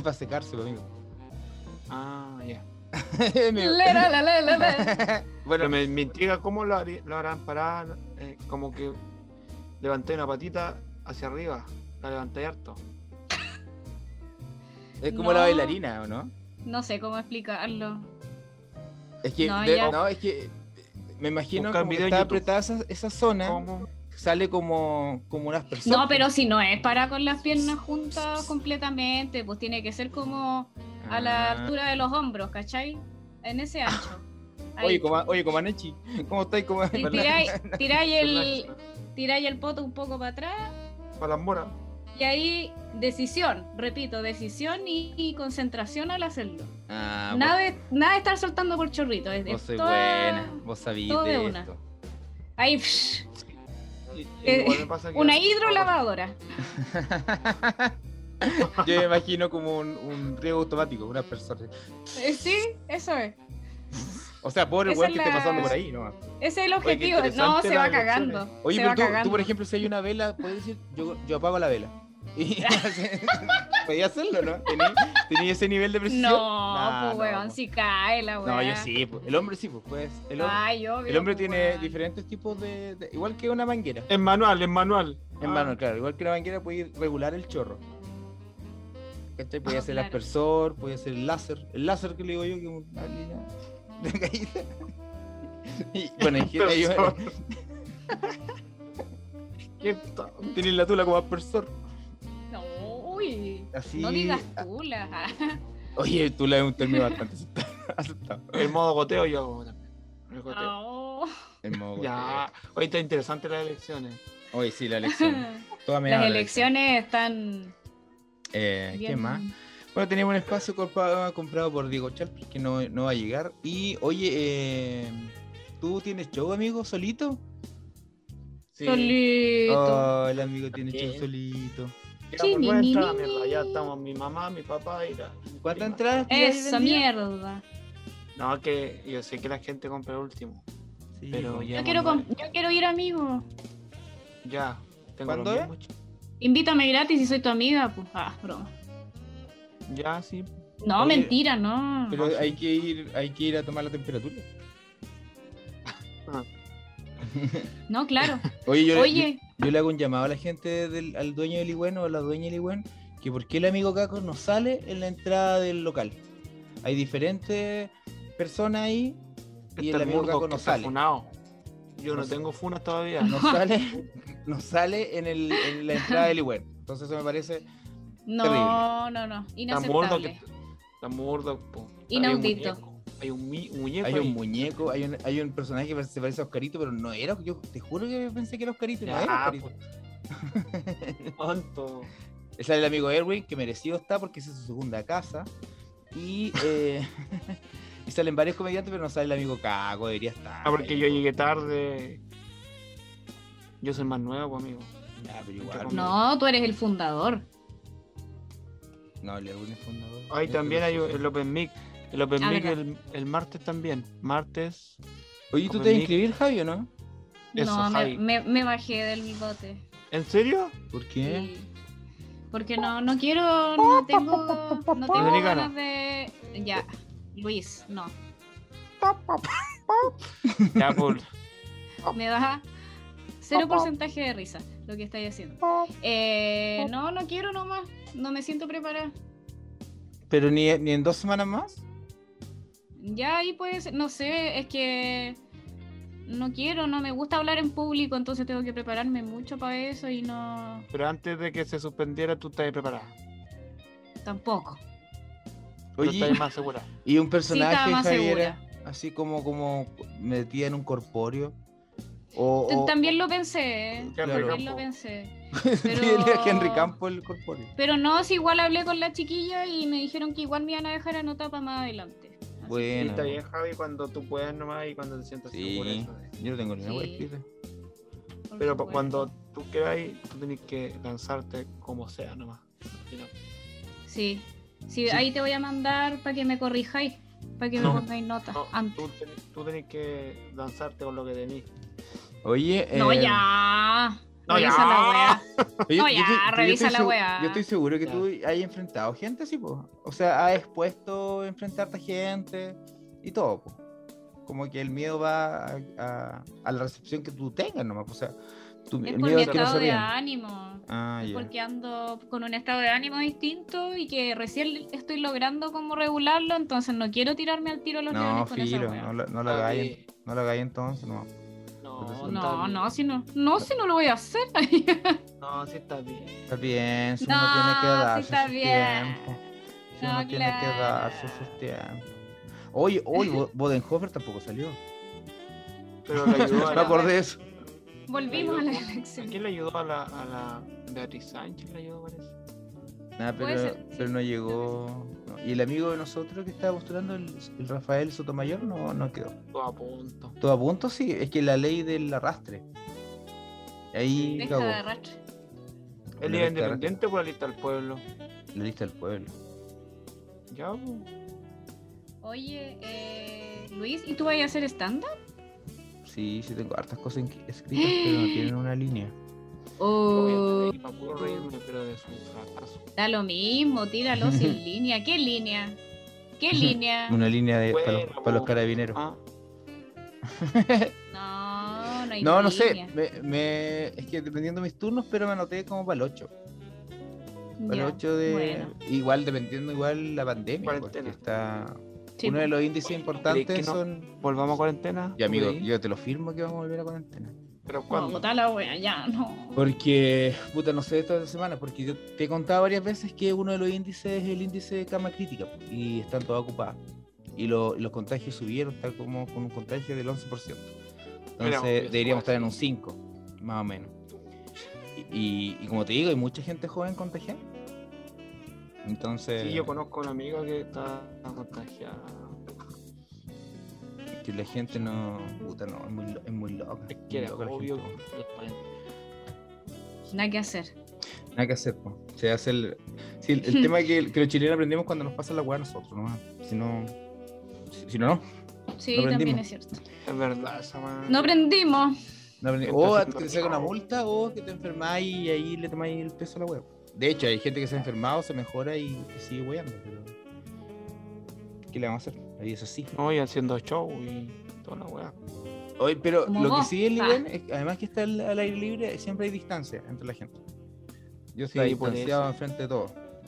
A: para secarse, pues, amigo. *laughs*
B: Ah, ya.
A: Me-
C: Le, la, la, la, la, la.
B: Bueno, me, me intriga cómo lo, harí- lo harán parar. eh, como que levanté una patita hacia arriba. La levanté harto.
A: Es como
C: No.
A: la bailarina, ¿o no?
C: No sé cómo explicarlo.
A: Es que,
C: No,
A: de-
C: ya.
A: no, es que me imagino
B: Buscar
A: como que
B: video en
A: está
B: YouTube.
A: apretada esa, esa zona,
B: ¿Cómo?
A: sale como, como unas personas.
C: No, pero si no es para con las piernas juntas completamente, pues tiene que ser como a
A: Ah.
C: la altura de los hombros, ¿cachai? En ese ancho. Ahí.
A: Oye, coma, oye, Comaneci, *laughs* ¿cómo estáis? Coma-
C: Y tiráis,
A: *laughs*
C: tiráis el, tiráis el poto un poco para atrás
B: Para las moras.
C: y ahí decisión, repito, decisión y, y concentración al hacerlo.
A: Ah,
C: nada, de, nada de estar soltando por chorrito. Es,
A: vos,
C: es
A: vos sois
C: toda-
A: buena, vos sabís
C: todo de
A: de
C: una.
A: esto. *laughs*
C: Ahí, psh,
B: Y-
C: Eh,
B: igual me pasa que-
C: una
A: oh.
C: hidrolavadora.
A: Yo me imagino como un, un riego automático, una persona.
C: Eh, Sí, eso es.
A: O sea, pobre el
C: Esa
A: weón
C: es
A: que esté
C: la-
A: pasando por ahí, ¿no?
C: Ese es el
B: qué
C: objetivo. No,
B: interesante
C: se
B: las
C: va
B: elecciones.
C: cagando.
A: eh. Oye,
C: se
A: pero
C: va
A: tú, tú,
C: cagando.
A: por ejemplo, si hay una vela, puedes decir, yo, yo apago la vela. Y *laughs* podía hacerlo, ¿no? Tenía, tenía ese nivel *laughs* de precisión.
C: No,
A: Nah,
C: pues weón,
A: po.
C: si cae la weón.
A: No, yo sí, pues. el hombre sí, pues. pues, el, hom-
C: Ay, obvio,
A: el hombre
C: pues,
A: tiene
C: weón.
A: diferentes tipos de, de- Igual que una manguera.
B: Es manual, es manual.
A: En
C: Ah.
A: mano, claro, igual que una manguera puede regular el chorro. ¿Cachai? Puede
C: Ah,
A: hacer el
C: claro.
A: aspersor, puede hacer el láser. El láser que le digo yo, que es una línea *laughs* de caída. *laughs* Y, bueno, en general, yo-
B: Aspersor. Qué to-
A: Tienes eh, la tula como aspersor.
C: No, uy.
A: Así.
C: No digas
A: ah, *laughs*
C: *laughs* tula.
A: Oye, tula es un término bastante acepta- *laughs* aceptado.
B: El modo goteo yo hago también. El
C: Ah,
B: goteo.
A: *laughs*
C: No.
A: El modo
B: ya. Hoy está interesante las elecciones.
A: goteo. Oye, sí, la elección. Toda me
C: Las
A: habla de
C: elecciones están.
A: eso. Eh, ¿Qué
C: bien-
A: más? Bueno, tenemos un espacio comprado, comprado por Diego Charles que no, no va a llegar. Y, oye, eh, ¿tú tienes show, amigo, solito?
B: Sí.
C: Solito.
A: Oh, el amigo tiene
B: ¿Qué?
A: show solito.
B: Ya, por
C: Chini,
B: buena
C: ni,
B: entrada,
C: ni,
B: mierda.
C: ni.
B: Ya estamos mi mamá, mi papá y la. mi
A: ¿Cuántas
B: prima.
A: entradas? tienes
C: Esa
A: vendidas?
C: mierda.
B: No, que yo sé que la gente compra el último.
A: Sí,
B: Pero
A: bueno.
B: ya.
C: Yo quiero, com- yo quiero ir, amigo.
B: Ya. Tengo
A: ¿Cuándo
B: los
A: es?
B: mismos ch-
C: Invítame gratis y soy tu amiga. Pues, ah, broma.
B: Ya, sí.
C: No,
A: Oye,
C: mentira, no.
A: Pero hay que ir, hay que ir a tomar la temperatura.
C: No, claro.
A: Oye, *laughs* yo, yo-
C: Oye,
A: Yo le hago un llamado a la gente del al dueño del Igüen o a la dueña del Igüen que por qué el amigo Caco no sale en la entrada del local. Hay diferentes personas ahí y el amigo
B: Está Este Murdoch,
A: Caco
B: que
A: no
B: está
A: sale.
B: funado. Yo
A: No
B: no,
A: sé.
B: tengo funas todavía.
A: No sale, *laughs* no sale en, el, en la entrada del Igüen. Entonces eso me parece...
C: no,
A: terrible.
C: no, no.
B: Está Murdoch.
C: Inaceptable.
B: que- Está Murdoch. po.
C: Inaudito.
B: Hay un muñeco. Hay un, mi- un muñeco.
A: Hay un
B: ahí.
A: muñeco, hay un, hay un personaje que se parece a Oscarito, pero no era... Yo te juro que pensé que era Oscarito, y no era
B: Ya,
A: Oscarito.
B: pues. Tonto.
A: Sale el amigo Erwin, que merecido está porque esa es su segunda casa. Y, eh, *laughs* y salen varios comediantes, pero no sale el amigo Caco, debería estar.
B: Ah, porque
A: ahí,
B: yo
A: po.
B: llegué tarde. Yo soy más nuevo, amigo.
A: Ah, pero igual. No.
C: No, tú eres el fundador.
A: el Erwin es fundador.
B: Ahí
A: Yo
B: también hay
A: creo que sí.
B: el Open Mic. El Open
C: Ah,
B: Mic
C: verdad.
B: el, el martes también. Martes.
A: Oye, ¿tú
B: Open
A: te vas a
B: mic.
A: inscribir, Javi, o no?
B: Eso,
C: no, me,
B: Javi.
C: me, me bajé del bote.
B: ¿En serio?
A: ¿Por qué?
C: Sí. Porque no, no quiero, no tengo, no tengo
B: Dominicana.
C: ganas de... Ya, Luis, no.
A: *laughs*
B: Ya, pues, por.
C: Me baja cero porcentaje de risa lo que estáis haciendo. Eh, no, no quiero nomás. No me siento preparada.
A: ¿Pero ni, ni en dos semanas más?
C: Ya ahí pues, no sé, es que no quiero, no me gusta hablar en público, entonces tengo que prepararme mucho para eso y no...
B: Pero antes de que se suspendiera, tú estás preparada.
C: Tampoco.
B: Tú
A: Oye,
B: estás más segura.
A: y un
C: Sí, estaba
A: *laughs* personaje,
C: más
A: Javiera,
C: segura.
A: así como, como metida en un corpóreo. O, o- *laughs*
C: También lo pensé,
A: Claro.
C: también lo pensé.
A: *laughs*
C: pero-
A: Dile a Henry Campo el corpóreo.
C: Pero no, si igual hablé con la chiquilla y me dijeron que igual me iban a dejar a nota para más adelante. Así
B: Sí,
A: Bueno,
B: está bien, Javi, cuando tú puedas nomás y cuando te sientas seguro.
A: sí,
B: eso es.
A: yo no tengo ni una
C: Sí.
A: wea escrita.
C: que, por
B: Pero pa-
C: supuesto.
B: cuando tú queráis, tú tenés que lanzarte como sea nomás. Si no,
C: Sí.
B: Sí.
C: sí, ahí te voy a mandar para que me corrijáis, para que
B: No,
C: me pongáis nota
B: no,
C: antes.
B: tú, tenés, tú tenés que lanzarte con lo que tenés.
A: Oye,
C: No,
A: eh,
C: ya.
B: No,
C: revisa
B: ya.
C: la wea.
A: Pero
C: No, ya,
A: estoy- pero
C: revisa
A: estoy
C: la
A: segu-
C: weá.
A: Yo estoy seguro que
B: Ya.
A: tú has enfrentado gente así, po. O sea, has expuesto a enfrentarte a gente y todo, po. Como que el miedo va a, a- a la recepción que tú tengas nomás. po. O sea, tu,
C: Es
A: el
C: por
A: miedo
C: mi
A: es que no
C: estado
A: se
C: de
A: rían.
C: ánimo.
A: Ah, ya.
C: Porque ando con un estado de ánimo distinto y que recién estoy logrando como regularlo, entonces no quiero tirarme al tiro a los
A: No,
C: leones con esa
A: filo,
C: wea.
A: no, la- no la
B: Ah,
A: hagáis,
B: sí.
A: no la hagáis entonces, no.
B: No,
C: No,
B: está
C: no,
B: bien.
C: si no, no, si no lo voy a hacer.
B: No, sí está bien.
A: Está bien, si
C: No,
A: uno tiene que
C: sí
A: darse
C: está
A: sus
C: bien.
A: tiempos. Si
C: No,
A: uno tiene que darse
C: claro.
A: sus tiempos. Oye, oye, Bo- Bodenhofer tampoco salió.
B: Pero le *laughs* ayudó a
A: Me
B: la,
A: acordé de eso.
C: Volvimos a la
B: ¿A
C: elección.
B: quién le ayudó a la, a la Beatriz Sánchez? ¿Le ayudó parece?
A: Nah,
C: Puede
A: pero,
C: ser, sí.
A: pero no llegó. no. Y el amigo de nosotros que estaba postulando, el, el Rafael Sotomayor, no, no quedó.
B: Todo a punto.
A: Todo a punto, sí. Es que la ley del arrastre. Ahí
C: Deja
A: cagó.
C: de arrastre.
A: La
B: ¿El
A: lista
B: líder independiente pues, o por la lista del pueblo?
A: arrastre, La lista del pueblo.
B: Ya, pues.
C: Oye, eh, Luis, ¿y tú vas a hacer stand-up?
A: Sí, sí, tengo hartas cosas en- escritas, pero no tienen una línea.
C: O
B: Obviamente, y para puro reírme, pero de su fracaso.
C: da lo
A: *laughs*
C: mismo, tíralo sin línea. ¿Qué línea? ¿Qué línea?
A: Una línea de, para, los,
B: Bueno,
A: para los
B: po.
A: carabineros.
B: Ah,
C: No, no hay
A: No, no sé.
C: línea.
A: Me, me- es que dependiendo de mis turnos, pero me anoté como para el 8. Para
C: Ya,
A: el 8 de.
C: bueno.
A: Igual, dependiendo igual la pandemia. Porque
B: Cuarentena.
A: está.
C: Sí,
A: Uno de los índices
B: ¿Crees
A: importantes
B: que no?
A: son.
B: volvamos a cuarentena.
A: Y amigo,
B: Sí.
A: yo te lo firmo que vamos a volver a cuarentena.
B: Pero
C: no,
B: cuando.
C: puta la wea, ya, no.
A: Porque, puta, no sé esta semana, porque yo te he contado varias veces que uno de los índices es el índice de cama crítica po, y están todas ocupadas. Y lo- los contagios subieron, está como con un contagio del 11%. Entonces
B: Mira, obvio,
A: deberíamos
B: sí.
A: estar en un 5, más o menos. Y, y- y como te digo, hay mucha gente joven contagiada. Entonces,
B: Sí, yo conozco a una amiga que está contagiada.
A: que la gente no. Puta, no, es muy, lo- es muy loca.
B: Es
A: muy
B: que era
A: loca la
B: obvio
A: gente.
B: que la cuarentena.
C: Nada que hacer.
A: Nada que hacer, po. Se hace el, sí, el, el
C: *laughs*
A: tema que, que los chilenos aprendemos cuando nos pasa la weá a nosotros, nomás. Si no, si, si no, no.
C: Sí,
A: No
C: también
A: aprendimos.
C: es cierto.
B: Es verdad, esa man.
C: No aprendimos.
A: no aprendi-
B: Entonces,
A: o
B: no.
A: que te saca una multa o que te enfermáis y ahí le tomáis el peso a la weá. De hecho, hay gente que se ha enfermado, se mejora y sigue weando, pero. ¿Qué le vamos a hacer? La vida es así.
B: No, y haciendo show y toda la weá.
A: Oye, pero
C: Como
A: lo que
C: vos,
A: sí es
C: ah.
A: libre, es que además que está al, al aire libre, siempre hay distancia entre la gente. Yo estoy
B: Sí, por
A: distanciado
B: eso.
A: enfrente de todo.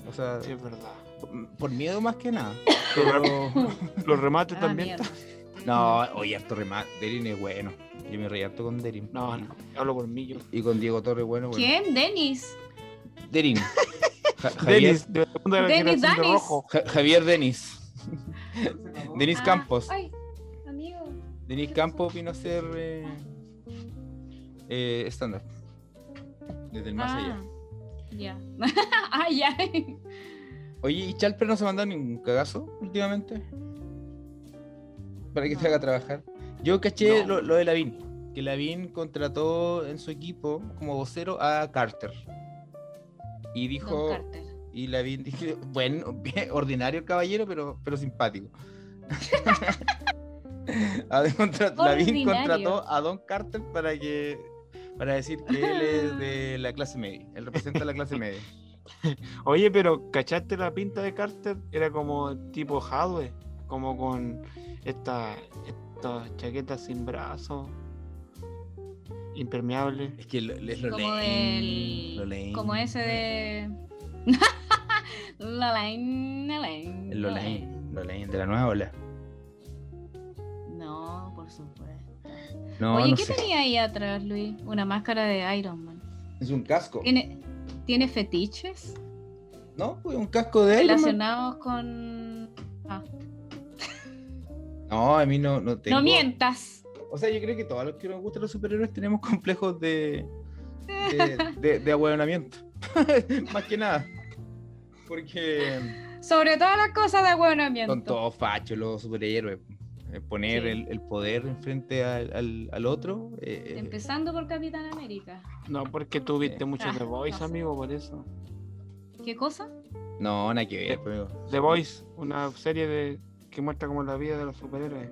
A: O sea,
B: Sí, es verdad.
A: por- por miedo más que nada.
B: Los rem-
A: Pero.
B: Los remates
C: Ah,
A: *laughs*
B: también.
C: mierda.
A: No, oye, harto remate. Derin es bueno. Yo me reí harto con Derin.
B: No, no, hablo por mí yo.
A: Y con Diego Torres, bueno, bueno.
C: ¿Quién? Denis. *laughs*
A: Derin. Ja- Javier,
B: Denis, de la segunda
C: Denis
B: generación de
C: Danis.
B: rojo.
A: Ja- Javier Denis. Denis
C: Ah,
A: Campos.
C: Ay, amigo.
A: Denis
C: ¿qué
A: Campos
C: pasó?
A: vino a ser eh, eh, estándar. Desde el más
C: Ah,
A: allá.
C: ya. *laughs* ah, ya.
A: Oye, ¿y Chalper no se ha mandado ningún cagazo últimamente? Para que te
C: No.
A: haga trabajar. Yo caché
B: No.
A: lo, lo de Lavín. Que Lavín contrató en su equipo como vocero a Carter. Y
C: Don
A: dijo.
C: Carter.
A: Y la vi dije, bueno, *laughs* bien, ordinario el caballero, pero, pero simpático. *laughs* A ver, contra- la vi
C: Ordinario.
A: contrató a Don Carter para que para decir que él
C: *laughs*
A: es de la clase media. Él representa la clase media.
B: Oye, pero ¿cachaste la pinta de Carter? Era como tipo Hadwe, como con esta, estas chaquetas sin brazos, impermeables.
A: Es que lo, es lo
C: Como
A: leí. Lo
C: del.
A: leí.
C: Como ese de. *laughs* Lolain, Lolain,
A: Lo leí.
C: Lolain.
A: Lo leí de la nueva ola.
C: No, por supuesto.
A: No,
C: Oye,
A: no
C: ¿qué
A: sé.
C: tenía ahí atrás, Luis? Una máscara de Iron Man.
A: Es un casco.
C: ¿Tiene, ¿tiene fetiches
A: ¿No? Pues Un casco de él.
C: relacionados con. Ah,
A: No, No, a mí no, no tengo.
C: No mientas.
A: O sea, yo creo que todos los que nos gustan los superhéroes tenemos complejos de. de, de, de ahueonamiento. *laughs* Más que nada. Porque
C: Sobre todas las cosas de
A: son
C: abuelamiento.
A: todos fachos los superhéroes. Eh, Poner
C: Sí.
A: el, el poder enfrente al, al, al otro. eh,
C: Empezando por Capitán América.
B: No, porque tú viste mucho
C: Ah,
B: The Voice,
C: no sé.
B: amigo, por eso.
C: ¿Qué cosa?
A: no, nada que ver, pues, amigo.
B: The Voice, una serie de que muestra como la vida de los superhéroes.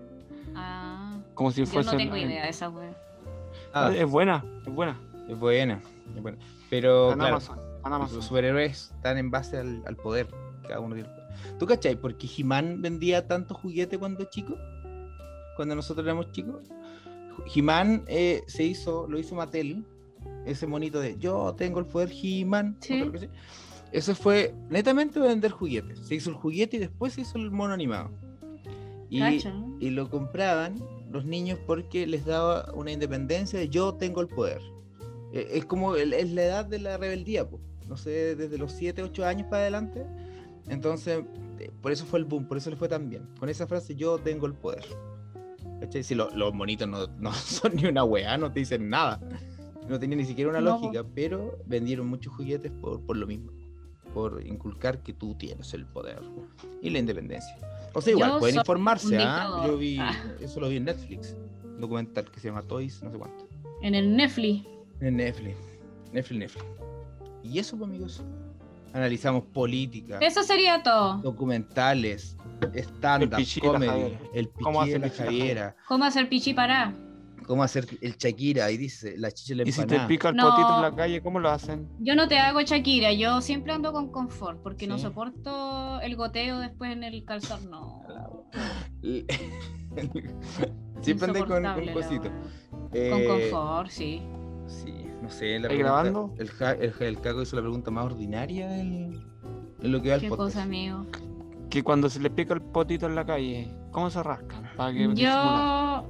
C: Ah,
B: Como si
C: yo
B: fuese.
C: no tengo idea de esa wea.
A: Nada,
B: Es buena, es buena.
A: es buena. es buena. Pero.
B: en
A: Oh, claro,
B: Amazon. En
A: Los
B: Amazon.
A: superhéroes están en base al, al poder. Cada uno tiene el poder. ¿Tú cachai? Porque He-Man vendía tanto juguete cuando chico. Cuando nosotros éramos chicos. He-Man eh, se hizo, lo hizo Mattel. Ese monito de yo tengo el poder He-Man.
C: Sí.
A: otra cosa. Eso fue netamente vender juguetes. Se hizo el juguete y después se hizo el mono animado. Y,
C: Cacha, ¿no?
A: y lo compraban los niños porque les daba una independencia de yo tengo el poder. Eh, Es como el- es la edad de la rebeldía, po. no sé, desde los 7, 8 años para adelante. Entonces, eh, por eso fue el boom, por eso le fue tan bien. Con esa frase, yo tengo el poder. ¿Cachai? Si lo- los monitos no, no *laughs* son ni una weá, no te dicen nada. No tenía ni siquiera una
C: No, po.
A: lógica, pero vendieron muchos juguetes por, por lo mismo. Por inculcar que tú tienes el poder y la independencia. O sea, igual,
C: Yo
A: pueden
C: soy
A: informarse,
C: un
A: ¿ah?
C: dictador.
A: Yo vi,
C: Ah.
A: eso lo vi en Netflix, un documental que se llama Toys, no sé cuánto.
C: En el Netflix.
A: En Netflix, Netflix, Netflix. Y eso, pues, amigos, analizamos política,
C: Eso sería todo.
A: documentales, stand-up,
B: El Pichila
A: comedy,
B: Javiera.
A: el pichí de
B: ¿Cómo hace
A: la
B: el Pichila
A: Javiera,
C: ¿Cómo hacer pichi para?
A: cómo hacer el Shakira, y dice, la chicha y la
B: Y si te
A: empanada.
B: pica el
C: No.
B: potito en la calle, ¿cómo lo hacen?
C: Yo no te hago Shakira, yo siempre ando con confort porque no
A: Sí.
C: soporto el goteo después en el calzón. No.
A: *laughs* Siempre andé con un
C: Insoportable la
A: cosito.
C: wea. Con
A: Eh,
C: confort, sí.
A: Sí, no sé. La
B: ¿Estáis
A: pregunta-
B: grabando?
A: El, ja- el, ja- el Caco hizo la pregunta más ordinaria del- en lo que va al
C: Qué
A: podcast.
C: cosa, amigo.
B: Que cuando se le pica el potito en la calle, ¿cómo se rascan? Para que disimula.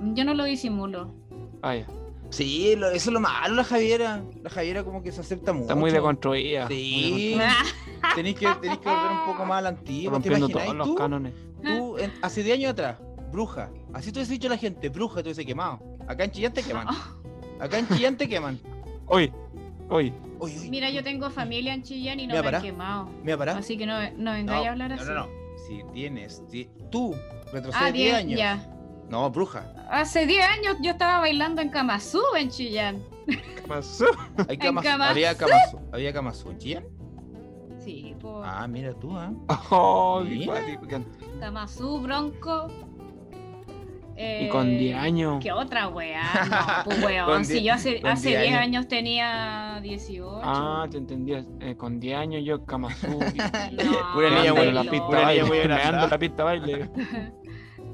C: Yo, yo no lo disimulo.
B: Ah, ya.
A: Sí, lo- eso es lo malo, la Javiera. La Javiera como que se acepta mucho.
B: Está muy deconstruida.
A: Sí.
B: muy deconstruida.
C: Ah,
A: Tenéis que, tenés que volver un poco más al antiguo. ¿Te
B: Rompiendo todos
A: imagináis
B: los
A: tú?
B: cánones.
A: tú en- hace 10 años atrás, bruja. Así tú has dicho a la gente, bruja, tú dices quemado. Acá en Chillán te queman. Acá en Chillán te queman.
B: Hoy, hoy.
A: Uy, uy,
C: Mira, yo tengo familia en Chillán y no
A: Mira,
C: me
A: pará.
C: han quemado.
A: mira, pará.
C: Así que no, no vengáis a hablar
A: no,
C: así.
A: no, no. Si tienes, si tú
C: Ah,
A: retrocedes 10
C: 10
A: años.
C: ya.
A: No, bruja.
C: Hace 10 años yo estaba bailando en Kamazú en Chillán.
B: ¿Qué pasó? *laughs*
A: Hay
C: *laughs* En
A: camas,
C: Kamazú.
A: había Kamasu, había Kamasu en Chillán.
C: *laughs* Sí, por
A: Ah, mira tú, ¿ah?
B: Oh, qué
A: Mira.
B: cuático, qué
C: Kamazú, Bronco.
B: Y con
C: eh,
B: 10 años.
C: ¿Qué otra
A: *laughs*
C: weá? No, pues
A: Con
C: weón, si
A: die-
C: yo hace,
A: con
C: hace
A: 10
C: 10
A: años.
C: años tenía 18.
B: Ah, te entendí. eh, con 10 años yo Kamazú.
C: *laughs* Ah,
A: *laughs*
C: No,
A: Una niña
B: meando
A: muy-
B: en la
C: loco.
B: pista
A: una niña
B: baile.
A: muy grande.
B: meando en la pista baile.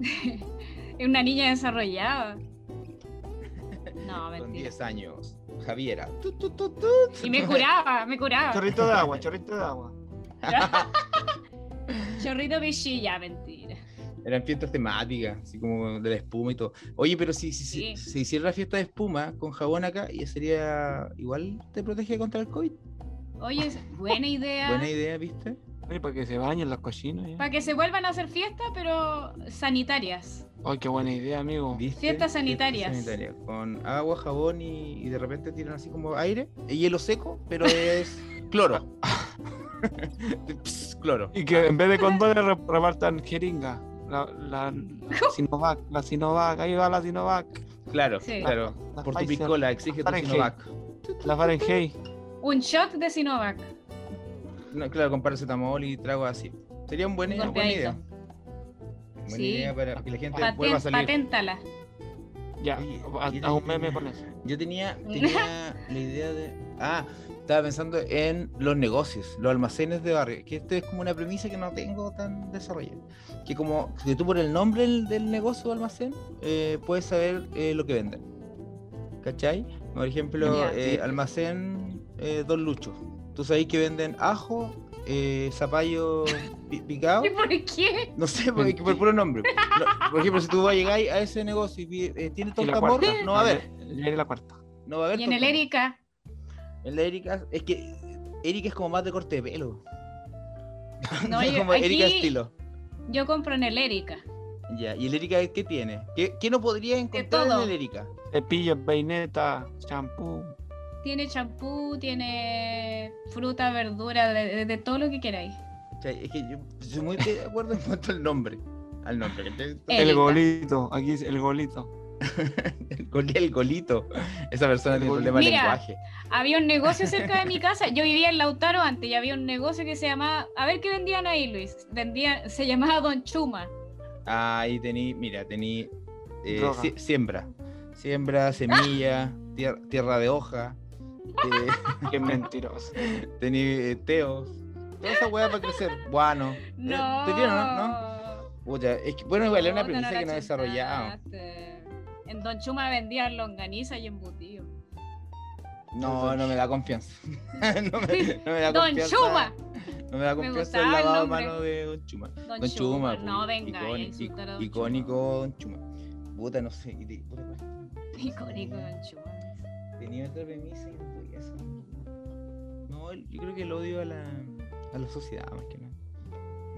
C: *laughs* Es una
A: *laughs*
C: niña desarrollada. No,
A: Con
C: mentira.
A: 10 años. Javiera. Tut, tut, tut, tut.
C: Y me curaba, me curaba.
B: Chorrito de agua, chorrito de agua.
C: Chorrito pichilla, mentira.
A: Eran fiestas temáticas, así como de la espuma y todo. Oye, pero si, si- si-
C: Sí.
A: se hiciera la fiesta de espuma con jabón acá, y sería igual te protege contra el COVID.
C: Oye, es buena idea.
A: Buena idea, ¿viste?
B: Oye, para que se bañen los cochinos. ya.
C: Para que se vuelvan a hacer fiestas, pero sanitarias.
B: Ay, qué buena idea, amigo.
A: ¿Viste?
C: Fiestas sanitarias.
A: sanitarias, Con agua, jabón y, y de repente tiran así como aire. y hielo seco, pero es
C: *laughs*
A: cloro. *laughs* Pss, cloro.
B: Y que en vez de condones re- repartan jeringa. La, la, la Sinovac, la Sinovac, ahí va la Sinovac.
A: Claro,
C: Sí.
A: claro.
B: La
A: Por tu
B: Pfizer,
A: picola, exige tu
B: Fahrenheit.
A: Sinovac.
B: La Fahrenheit.
C: Un shot de Sinovac.
A: No, claro, con paracetamol y trago así. Sería un buen,
C: Un
A: una buena idea.
C: golpeadito.
A: Buena
C: Sí.
A: idea para que la gente
C: Paten-
A: vuelva a salir.
C: paténtala.
B: Ya,
A: Oye,
B: haz
A: y-
B: haz un meme con eso.
A: Yo
C: *laughs*
A: tenía, tenía la idea de. Ah, estaba pensando en los negocios, los almacenes de barrio. Que esto es como una premisa que no tengo tan desarrollada. Que como que tú por el nombre del, del negocio o almacén eh, puedes saber eh, lo que venden. ¿Cachai? Por ejemplo,
C: Ya.
A: eh, almacén eh, Don Lucho. Tú sabes que venden ajo, eh, zapallo pi- picado.
C: *laughs* ¿Y por qué?
A: No sé, porque,
B: Mentira.
A: por puro nombre. No, por ejemplo, si tú vas a llegar a ese negocio y pide- eh, tiene
B: Y la
A: torta morra, no va a haber.
B: Ya era la cuarta.
A: No va a haber
C: Y en el
A: torta. *laughs*
C: Erika.
A: En la Erika, es que Erika es como más de corte de pelo.
C: No,
A: es *laughs*
C: yo-
A: como Erika
C: aquí-
A: estilo.
C: Yo compro en el Erika.
A: Ya, ¿y el Erika qué tiene? ¿Qué, qué no podría encontrar
C: todo.
A: en el Erika?
B: Cepillos, peinetas, Eh, champú.
C: Tiene champú, tiene fruta, verdura, de, de- de todo lo que queráis.
A: O sea, es que yo estoy muy de acuerdo *laughs* en cuanto al nombre. Al nombre. Entonces,
C: Eh.
B: El
C: Erika.
B: golito, aquí dice el
A: *laughs*
B: golito.
A: El, gol- el golito. Esa persona
B: El
A: tiene
B: gol-
A: problema de
C: Mira.
A: lenguaje.
C: Había un negocio
A: *laughs*
C: cerca de mi casa. Yo vivía en Lautaro antes y había un negocio que se llamaba. A ver qué vendían ahí, Luis. Vendían, se llamaba Don Chuma.
A: Eh, Ahí tení, mira, tení eh,
B: Droga.
A: sie- siembra. Siembra, semilla, tier- tierra de hoja. eh, *laughs*
B: Qué mentiroso.
A: tení eh, teos. Toda esa hueá para crecer. Guano. Eh,
C: No.
A: te dieron, ¿no? Puta, es que, bueno, igual es una
C: Puta,
A: premisa
C: la
A: que no desarrollamos.
C: chuntaste. En Don Chuma vendían longaniza y embutido.
A: No, no me da confianza. *laughs* no, me, no
C: *laughs*
A: me da
C: Don
A: confianza.
C: Chuma.
A: No me da
C: Me
A: confianza
C: gustaba
A: el
C: el
A: lavado de
C: nombre.
A: mano de Don Chuma.
C: Don,
A: Don Chuma,
C: No,
A: pues,
C: venga. eh,
A: icónico,
C: a insultar a Don
A: icónico Don Chuma. Puta, no sé. y te- puta, ¿cuál?
C: Chuma. Icónico Don Chuma.
A: Tenía otra premisa y no podía ser. No, el- yo creo que el odio a la, a la sociedad, más que
C: *laughs*
A: nada.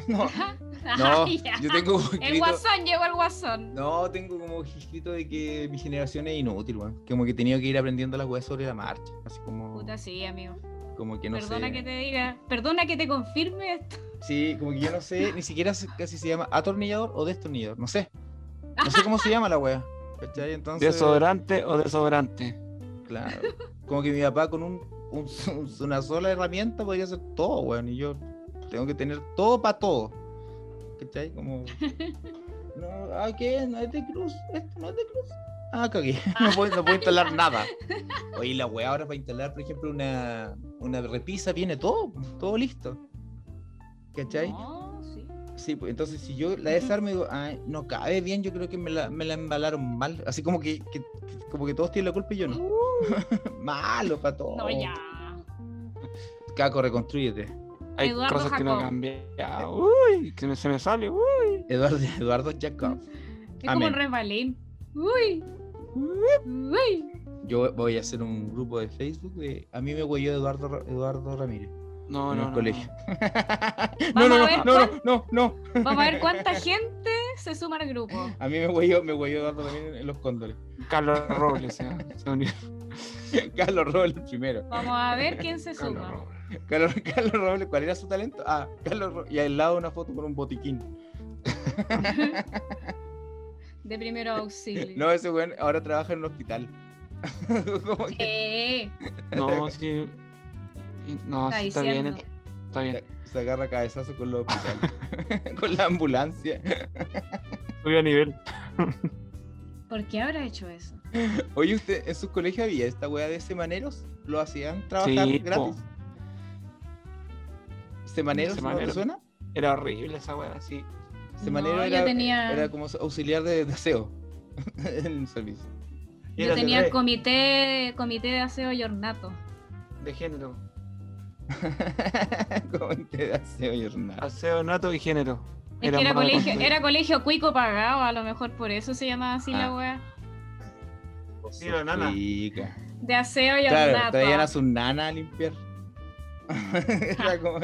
A: No, no
C: Ah, Ya.
A: yo tengo
C: El
A: escrito,
C: guasón, llegó el guasón.
A: no, tengo como escrito de que mi generación es inútil, weón. Como que he tenido que ir aprendiendo las weas sobre la marcha. Así como,
C: Puta, sí, amigo.
A: como que no
C: perdona
A: sé.
C: que te diga, perdona que te confirme esto.
A: Sí, como que yo no sé, ni siquiera sé casi se llama atornillador o destornillador, no sé. No
C: *laughs*
A: sé cómo se llama la wea. ¿Cachai? Entonces.
B: ¿Desodorante o desodorante?
A: Claro. Como que mi papá con un, un- *laughs* un- una sola herramienta podría hacer todo, weón. Y yo tengo que tener todo para todo. ¿Cachai? Como. No, ah, ¿qué es? No es de cruz. Esto no es de cruz. Ah, cagué. No puedo, no puedo instalar nada. Oye, la weá ahora para instalar, por ejemplo, una, una repisa viene todo, todo listo. ¿Cachai?
C: No, sí.
A: Sí, pues entonces si yo la desarmo y digo, "Ay, no cabe bien, yo creo que me la, me la embalaron mal. Así como que, que- que- como que todos tienen la culpa y yo no. *laughs* Malo para todos.
C: No, ya.
A: Caco, reconstruyete.
B: Hay
C: Eduardo
B: cosas que no
C: Jacob.
B: cambian. Uy, se me, se me sale. Uy,
A: Eduardo, *laughs* Eduardo Jacob.
C: Es como
A: Amén.
C: un resbalín. Uy, uy.
A: Yo voy a hacer un grupo de Facebook de a mí me huelló Eduardo, Ra- Eduardo Ramírez
B: No,
A: en
B: no,
A: el
B: no,
A: colegio. *laughs*
C: Vamos
A: no,
C: a ver
A: no, no,
C: cuán-
A: no, no, no.
C: Vamos a ver cuánta gente se suma al grupo.
A: A mí me huelló, me huelló Eduardo Ramírez en los cóndores.
B: no. Carlos Robles se, se
C: *laughs*
B: unió.
A: *laughs* Carlos Robles primero.
C: Vamos a ver
A: *laughs*
C: quién se
B: Carlos
C: suma.
B: Robles.
A: Carlos, *laughs* Carlos Robles, ¿cuál era su talento? Ah, Carlos Ro- y al lado una foto con un botiquín.
C: De primero auxilio.
A: No, ese weón ahora trabaja en un hospital. *laughs* Como que-
C: Eh,
A: *laughs*
B: No, sí. No,
C: está
B: sí, está bien.
C: diciendo.
B: Está bien.
A: *laughs* se agarra cabezazo con los hospitales. *laughs* con la ambulancia.
B: Subió a nivel.
C: ¿Por qué habrá hecho eso?
A: Oye, usted, en sus colegios había esta weá de semaneros. ¿Lo hacían trabajar
B: Sí, po.
A: gratis? ¿Semaneros no
B: Semanero.
A: te suena?
B: Era horrible esa wea, sí.
A: Semanero
C: No, yo
A: era,
C: tenía-
A: era como auxiliar de, de aseo *laughs* en el servicio. *laughs*
B: Y
C: Yo
B: era de
C: tenía
B: re-
C: comité, comité de aseo y ornato.
B: de género.
A: como te de aseo y jornada.
B: Aseo nato y género.
C: Es que era
B: más
C: colegio,
B: de-
C: era colegio cuico pagado, a lo mejor por eso se llamaba así
A: Ah.
C: la wea.
B: Sí, la nana.
A: Chica.
C: De aseo y
A: Claro,
C: ornato.
A: traían
C: ah,
A: a su nana a limpiar. *laughs* Era como-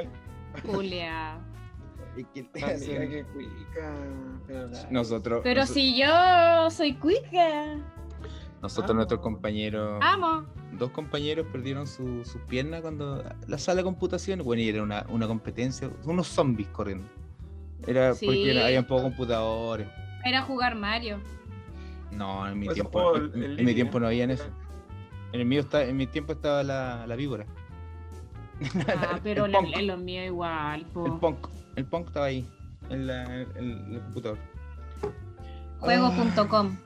C: Julia.
A: es que-
B: *laughs* También que cuica, pero la-
A: Nosotros,
C: Pero
A: noso-
C: si yo soy cuica.
A: nosotros
B: Ah.
A: nuestros compañeros,
C: Amo.
A: dos compañeros perdieron su- sus piernas cuando la sala de computación, bueno, y era una, una competencia, unos zombies corriendo. Era
C: Sí.
A: porque era- habían pocos computadores.
C: Era jugar Mario.
A: No, en mi
B: Pues Eso
A: tiempo,
B: juego
A: en,
B: en- en
A: en mi
B: línea.
A: tiempo no habían eso. En el mío está, en mi tiempo estaba la, la víbora.
C: Ah, pero
A: *laughs* el
C: la-
A: punk.
C: en lo mío igual. po.
A: El punk, el punk estaba ahí, en, la- en- en el computador.
C: Juego.com.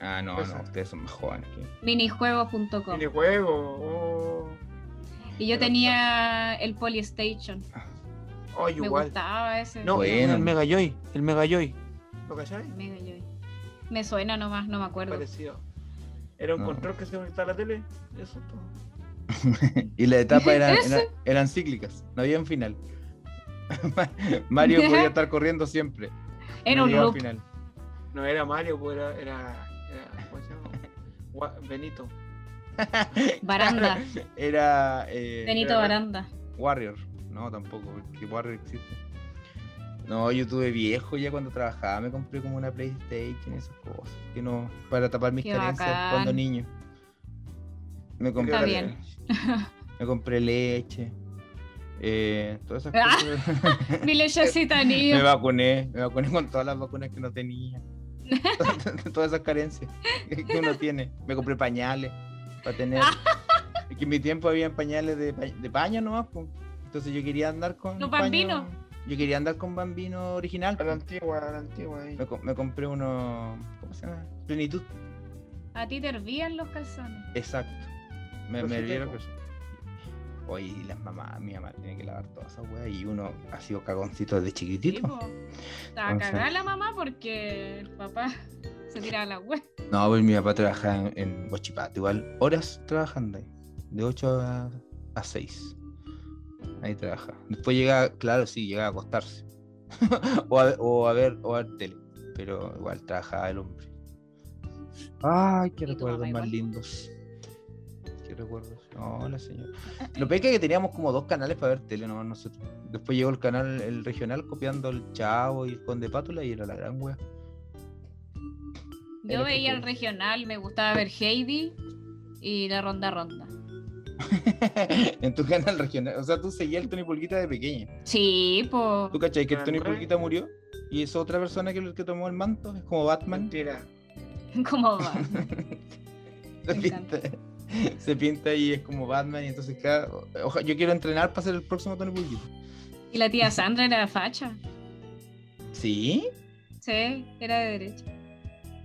A: Ah, no,
B: Esa.
A: no, ustedes son más jóvenes que.
C: Minijuegos.com.
B: Minijuego.
C: Y yo tenía el Polystation.
B: Oh, oh,
C: Me
B: igual.
C: gustaba ese.
B: No,
A: Bueno.
B: el Mega Joy. El Mega Joy. ¿Lo cacháis?
C: Mega Joy. Me suena nomás, no me acuerdo.
B: Parecido. Era un
E: Ah.
A: No.
B: control que se conectaba a la tele. Eso es todo.
A: Y la etapa
C: *laughs*
A: era,
C: Eso.
A: era- eran cíclicas, no había un final. *laughs*
C: *laughs*
A: Mario podía estar corriendo siempre.
C: Era
A: no
C: un
A: llegaba al
C: loop.
A: final. *laughs*
B: No era Mario, pues era. era, era- ¿Cómo se llama? Gua- Benito.
C: *laughs* Baranda.
A: *laughs* Era eh,
C: Benito
A: *laughs*
B: era-
C: Baranda.
A: Warrior. No, tampoco, porque Warrior existe. No, yo tuve viejo ya cuando trabajaba, me compré como una PlayStation y esas cosas. Que no, para tapar mis
C: Qué
A: carencias
C: bacán.
A: cuando niño. Me compré,
C: Está bien.
A: me compré leche, eh, todas esas
C: *laughs* Ah.
A: cosas.
C: Mi lechecita niño.
A: me vacuné, me vacuné *laughs* con todas las vacunas que no
C: *laughs*
A: tenía. todas esas carencias *laughs* que uno tiene. Me compré pañales para tener.
C: Ah.
A: Es que en mi tiempo había pañales de, pa- de paño nomás, pues. Entonces yo quería andar con.
C: Los
A: paño-
C: bambinos.
A: Yo quería andar con bambino original.
E: A la
A: pues.
E: antigua, a la antigua. ahí.
A: Me, co- me compré uno. ¿Cómo se llama? Plenitud.
C: A ti te hervían los calzones.
A: Exacto. Me,
E: Pero
A: me
E: sí
A: dieron.
E: tengo.
A: Oye, y las mamás, mi mamá tiene que lavar todas esas weas. Y uno ha sido cagoncito desde
C: Sí,
A: chiquitito.
C: po. Estaba
A: Entonces-
C: cagada la mamá porque el papá *laughs* se tiraba a la web.
A: No, pues mi papá trabajaba en, en Huachipato, igual horas trabajando ahí, de 8 a, a 6. Ahí trabaja. Después llegaba, claro, sí, llegaba a acostarse. *laughs* o, a, o a ver, o a ver tele. Pero igual trabajaba el hombre. Ay, qué
C: ¿Y tu
A: recuerdos
C: mamá
A: más
C: igual?
A: lindos. Qué recuerdos. No, la
C: *laughs*
A: señora. Lo peor que es que teníamos como dos canales para ver tele, no nosotros. Después llegó el canal, el regional, copiando el Chavo y el Conde Pátula y era la gran wea.
C: Yo
A: Era
C: veía el
A: pequeño.
C: regional, me gustaba ver Heidi y la ronda ronda.
A: *laughs* en tu canal regional. O sea, tú seguías el Tony Pulguita de pequeña.
C: Sí, po.
A: ¿Tú cachai que el
E: Ah,
A: Tony
E: bueno.
A: Pulguita murió? Y es otra persona que, que tomó el manto. Es como Batman.
E: Mentira.
C: *laughs* ¿Cómo va?
A: *laughs* Se
C: Me
A: pinta, *laughs* se pinta y es como Batman. Y entonces cada. oja- yo quiero entrenar para ser el próximo Tony Pulguita.
C: Y la tía Sandra era facha.
A: Sí,
C: Sí, era de derecha.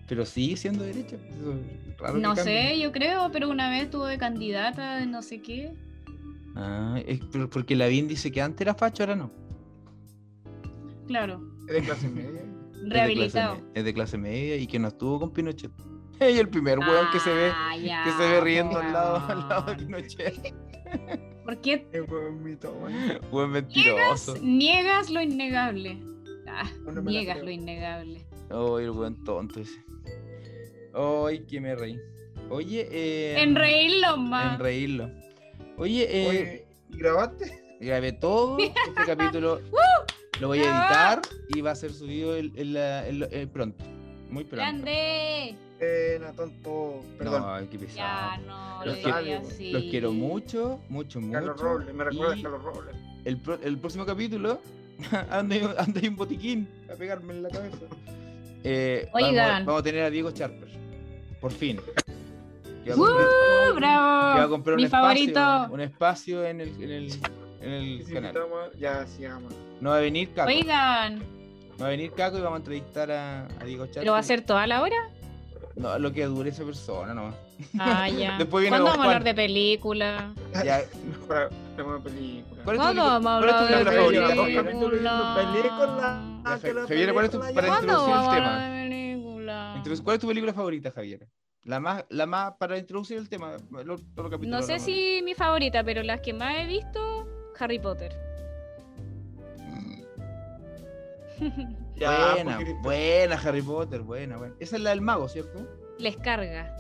A: pero sigue siendo derecha. pues eso es raro que
C: No
A: cambie.
C: sé, yo creo, pero una vez estuvo de candidata de no sé qué.
A: Ah, es por- porque Lavín dice que antes era facho, ahora no.
C: Claro,
E: ¿Eres clase *laughs* media?
C: rehabilitado.
A: Es de clase, me- es de clase media y que no estuvo con Pinochet. *laughs* Y el primer weón que se ve.
C: Ah, ya,
A: Que se ve riendo al lado,
C: po,
A: al lado de
C: weón.
A: Pinochet.
C: ¿Por
A: *laughs*
C: qué
E: Eh, weón, mito, weón.
B: Eh.
A: Buen mentiroso.
C: niegas lo innegable? Ah,
E: No, no me la
C: niegas
E: creo.
C: lo innegable.
A: Ay, el buen tonto ese. Ay, que me reí. Oye, eh.
C: En reírlo
A: En
C: más.
A: reírlo. Oye, eh,
E: Oye, ¿y grabaste?
A: grabé todo. Este capítulo lo voy a editar y va a ser subido el, el- la- el- el pronto. Muy pronto.
C: Grande.
E: Eh, la tonto, perdón.
A: No, ay, qué pesado.
C: Ya
A: Los
C: no, lo
A: quiero-
C: diría
E: los
C: así.
A: Los quiero mucho, mucho, mucho.
E: Carlos Robles, me recuerda
A: Y
E: a Carlos Robles.
A: el, pro- el próximo capítulo *laughs* anda, hay un- anda hay un botiquín a pegarme en la cabeza. Eh, vamos-
C: Oigan.
A: Vamos, a tener a Diego Charper. Por fin. Que va a
C: ¡Woo!
A: cumplir-
C: ¡Uh,
A: que va a
C: bravo!
A: comprar
C: Mi
A: un espacio,
C: favorito.
A: un espacio en el, en el, en el
E: Y si
A: canal.
E: invitamos a- Ya, sigamos.
A: No va a venir Caco.
C: Oigan,
A: No va a venir Caco y vamos a entrevistar a, a Diego Charper.
C: ¿lo va a hacer toda la
A: *laughs*
C: hora?
A: No, lo que dure esa persona nomás.
C: Ah, ya.
A: Después viene
C: ¿Cuándo
A: Don
C: vamos a hablar
A: Juan.
C: de película?
A: Ya,
E: Mejor hagamos una película.
A: ¿Cuál es tu
C: ¿Cuándo
A: película-
C: vamos a
A: cuál es tu
C: hablar de
A: película favorita? Dos
C: película?
A: capítulos. Ya,
E: que la
A: Javier, ¿cuál es tu
E: película
A: para
E: ya-
C: ¿Cuándo
A: introducir el
C: vamos a
A: tema?
C: hablar de película?
A: Entonces, ¿cuál es tu película favorita, Javier? La más, la más para introducir el tema. lo- todo el capítulo
C: No sé
A: hablamos.
C: si mi favorita, pero las que más he visto, Harry Potter.
E: Ya,
A: buena,
E: porque-
A: buena Harry Potter, buena, buena. Esa es la del mago, ¿cierto?
C: Les carga.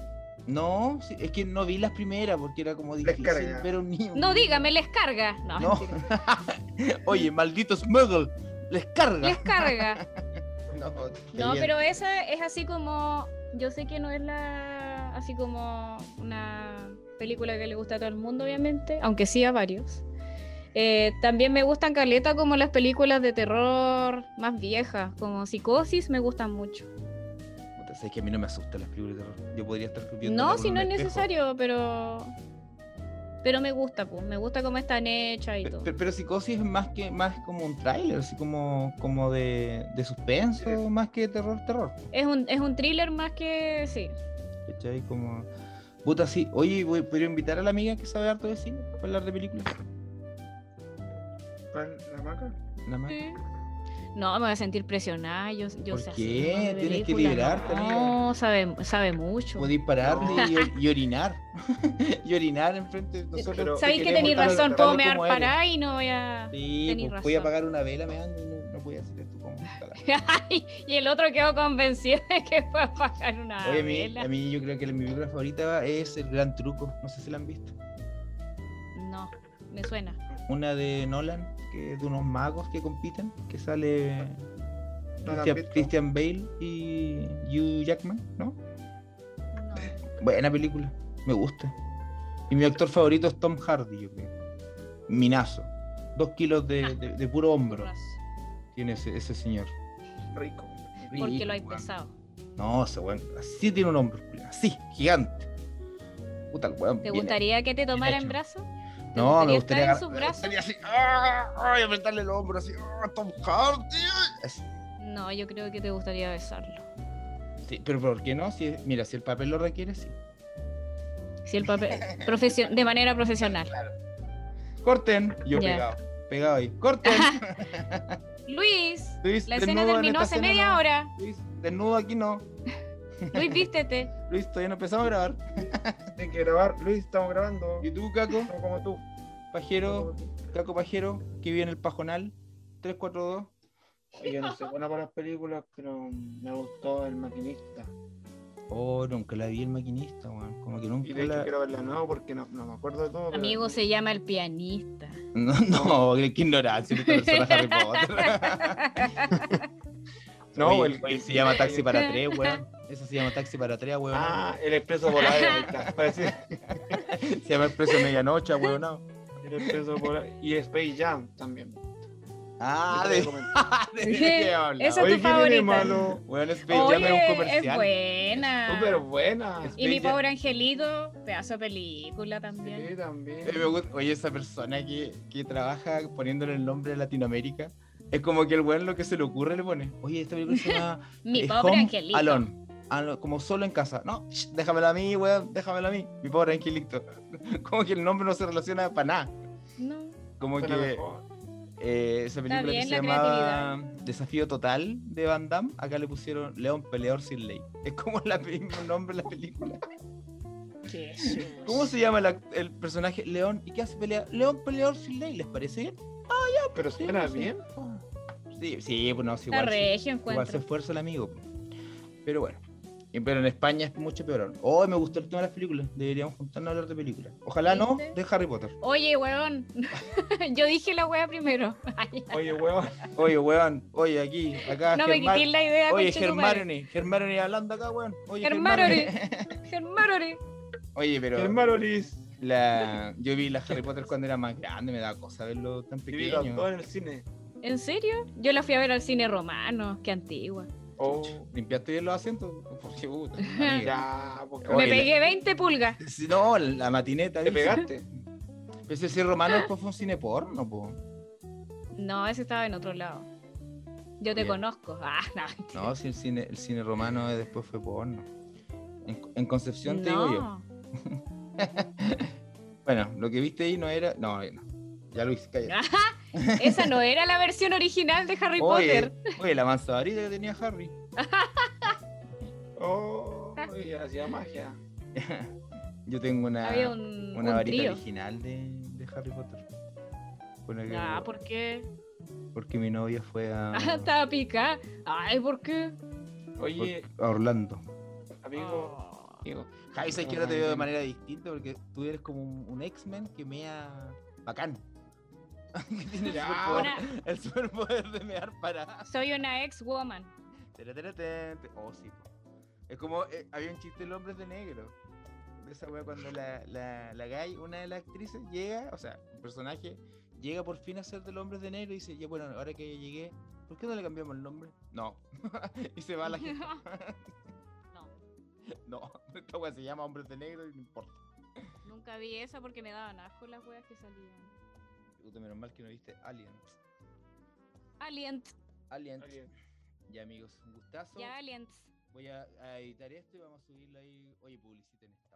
A: No, sí, es que no vi las primeras porque era como difícil
E: Descarga.
A: ver un niño.
C: No, dígame, les carga. No,
A: *laughs* No.
C: mentira.
A: Oye, maldito Smuggle, les carga.
C: les carga.
A: *laughs* No,
C: No,
A: bien.
C: pero esa es así como. Yo sé que no es la. Así como una película que le gusta a todo el mundo, obviamente, aunque sí a varios. Eh, también me gustan caleta como las películas de terror más viejas, como Psicosis, me gustan mucho.
A: Puta, sabes que a mí no me asustan las películas de terror. Yo podría estar viendo.
C: No, si no es necesario, pero. Pero me gusta, pues. Me gusta cómo están hechas y todo.
A: Pero, psicosis es más que más como un tráiler, así como, como de, de suspenso,
E: Sí.
A: más que terror, terror.
C: Es un, es un thriller más que. Sí.
A: ¿Cachai? Como. Puta, sí. Oye, voy, podría invitar a la amiga que sabe harto de cine para hablar de películas.
E: ¿Cuál? ¿La maca?
A: Nada más.
C: No, me voy a sentir presionada. Yo, yo
A: ¿Por
C: sé
A: qué?
C: hacer más de
A: Tienes que
C: películas,
A: liberarte, amiga.
C: No, Oh, sabe, sabe mucho.
A: Podéis pararte
E: No.
A: y, or- y orinar. *laughs* y orinar enfrente de nosotros.
E: Pero-
A: te
C: Sabéis que
A: queremos
C: tenéis
A: tal-
C: razón,
A: tal
C: puedo
A: como
C: mear
A: eres.
C: parada y no voy a.
A: Sí,
C: Tenís
A: pues, voy a
C: razón.
A: apagar una vela, me ando y no, no voy a hacer esto como un carajo.
C: *laughs* y el otro quedó convencido de que fue a pagar una.
A: Oye, a mí,
C: Ah, vela.
A: a mí yo creo que mi película favorita es El Gran Truco. No sé si la han visto.
C: No. me suena.
A: Una de Nolan, que es de unos magos que compiten, que sale
E: Nolan
A: Christian,
E: Pitcock.
A: Christian Bale y Hugh Jackman, ¿no?
C: No.
A: Buena película, me gusta. Y mi actor favorito es Tom Hardy, yo creo. Minazo. Dos kilos
C: Ah.
A: de, de- de puro hombro
C: Ras-
A: tiene ese, ese señor.
E: Rico.
C: Porque lo hay
A: Rico, weón.
C: pesado.
A: No, ese weón, así tiene un hombro, culiao, así, gigante. Puta el weón.
C: ¿Te
A: viene-
C: gustaría que te tomara
A: hecho.
C: en brazo? ¿Te
A: No, me gustaría.
C: gustaría estar en
A: agar-
C: sus brazos?
A: me gustaría así, ¡ah! ¡ay! apretarle el hombro así, ¡ah! Tom Hardy. ay. Así.
C: No, yo creo que te gustaría besarlo.
A: Sí, pero ¿por qué no? Si, mira, si el papel lo requiere, sí.
C: Si el papel *laughs* profesio- de manera profesional.
A: Corten. Yo
C: Ya.
A: pegado, pegado ahí.
C: *laughs*
A: Corten.
C: Luis,
A: Luis,
C: la
A: desnudo
C: escena
A: en
C: terminó
A: esta
C: hace
A: escena
C: media
A: no.
C: hora.
A: Luis, desnudo aquí no.
C: Luis, vístete.
A: *laughs* Luis, todavía no empezamos a grabar.
E: Tienen que grabar. Luis, estamos grabando.
A: Y tú, Caco,
E: No como tú.
A: pajero, Caco Pajero, que vive en el pajonal. 342.
E: Yo no soy buena para las películas, pero me gustó El Maquinista.
A: Oh, nunca la vi el maquinista, weón. Como que
E: Y
A: nunca
E: de hecho
A: la.
E: quiero verla de nuevo porque no, no me acuerdo de todo. pero-
C: Amigo, se llama el pianista.
A: *laughs* No, no, qué ignorancia. este personaje Harry *laughs* Potter.
B: No,
A: Oye,
B: el-
A: oye, se llama Taxi para tres, weón. Eso se llama Taxi para tres, weón.
E: Ah, El Expreso Polar. ahí *laughs* está. Parece-
A: Se llama El Precio de Medianoche, weón. No.
E: El Expreso Polar. Y Space Jam también.
A: Ah, *laughs*
E: Eso
A: de,
E: te *laughs* comento.
A: de qué habla,
C: Esa es
A: weón.
E: Oye, ¿qué tiene
C: tu
E: de
C: favorita.
E: malo?
A: Weón, Space Jam era un
C: Oye, es
A: comercial. Oh,
C: buena.
E: Súper buena.
A: Es-
C: Y mi
A: bella.
C: pobre angelito, pedazo de película también.
E: Sí, también.
A: Eh, me gusta- Oye, esa persona que, que trabaja poniéndole el nombre a Latinoamérica, es como que el weón lo que se le ocurre le pone, oye, esta película se llama
C: *laughs* Mi
A: eh,
C: pobre
A: Home
C: angelito.
A: Alone. Alo- como solo en casa. No, sh, déjamela a mí, weón, déjamela a mí. Mi pobre angelito. *laughs* Como que el nombre no se relaciona para nada.
C: No.
A: Como
E: Suena
A: que
E: mejor.
A: eh, esa película
C: bien
A: que se
C: la
A: llama Desafío Total de Van Damme, acá le pusieron León Peleador sin Ley. Es como la- *laughs* el mismo nombre de la película.
C: Jesús.
A: ¿Cómo se llama el act- el personaje León? ¿Y qué hace pelea? León Peleador sin Ley, ¿les parece bien?
E: Pero
A: Sí,
E: suena
A: sí.
E: bien.
A: Sí, sí, pues no, sí,
C: Está
A: igual, sí,
C: regio
A: igual se
C: encuentro.
A: esfuerza el amigo. po. Pero bueno. Y- Pero en España es mucho peor. Oh, me gustó el tema de las películas. Deberíamos juntarnos a hablar de películas. Ojalá no
C: ¿Viste?
A: de Harry Potter.
C: Oye, weón. *laughs* Yo dije la wea primero. *laughs* Ay,
E: *laughs* Oye, huevón.
A: Oye, weón. Oye, aquí, acá.
C: no me
A: Germán-
C: quites la idea.
A: Oye,
C: conchetumare.
A: Germánone. Germánone hablando acá, weón. Oye,
C: Germánone.
A: Germánone.
C: Germánone.
A: Oye, pero
E: Hermano Liz.
A: la... yo vi la Harry Potter cuando era más grande. Me da cosa verlo tan
E: Viví los
A: pequeño.
E: dos en el cine.
C: ¿En serio? Yo la fui a ver al cine romano, qué antigua.
E: Oh,
A: ¿Limpiaste bien los asientos? Porque,
C: *laughs*
A: puta, amiga.
E: ya, porque
A: Oye,
C: Me
A: la-
C: pegué 20 pulgas.
A: Si No, la matineta.
E: te
A: dice.
E: pegaste.
A: Pero si Romano después fue un cine porno, po.
C: No, ese estaba en otro lado. Yo te
A: Bien.
C: conozco. Ah, no. mentira.
A: No, si el cine, el cine romano después fue porno. En, en Concepción te digo yo. Bueno, lo que viste ahí no era. No, no. Ya Luis, cállate.
C: Esa no era la versión original de Harry
A: Oye,
C: Potter.
A: oye, la manzabarita que tenía Harry. *laughs*
E: Oh, y hacía magia.
A: Yo tengo una,
C: Había un,
A: una
C: un
A: varita
C: trío.
A: original de, de Harry Potter. Con el-
C: Ah, ¿por qué?
A: Porque mi novia fue a,
C: *laughs* Ah, estaba pica. Ay, ¿por qué?
E: Oye,
A: a Orlando.
E: amigo,
C: Oh.
E: amigo,
A: Javi, sé que ahora te veo de manera distinta porque tú eres como un, un X-Men que mea bacán. *laughs* Que tiene el
E: Ya.
A: superpoder-
C: Ah, Una-
A: el superpoder de mear para.
C: soy una
A: *laughs*
C: ex-woman.
A: Tereteretete. Oh, sí. po. Es como eh, había un chiste del hombre de negro. De esa wea cuando la, la, la gay, una de las actrices, llega, o sea, el personaje, llega por fin a ser del hombre de negro y dice, ya bueno, ahora que llegué, ¿por qué no le cambiamos el nombre? No. *laughs* y se va la gente.
C: No,
A: No, *laughs* esta wea se llama hombres de negro y no importa.
C: *laughs* nunca vi esa porque me daban asco las weas que salían.
A: Puta, menos mal que no viste Aliens.
C: Aliens,
A: Aliens.
E: Ah.
A: Ya amigos, un gustazo.
C: ya aliens.
A: Voy a, a editar esto y vamos a subirlo ahí. Oye, publiciten esto. pues,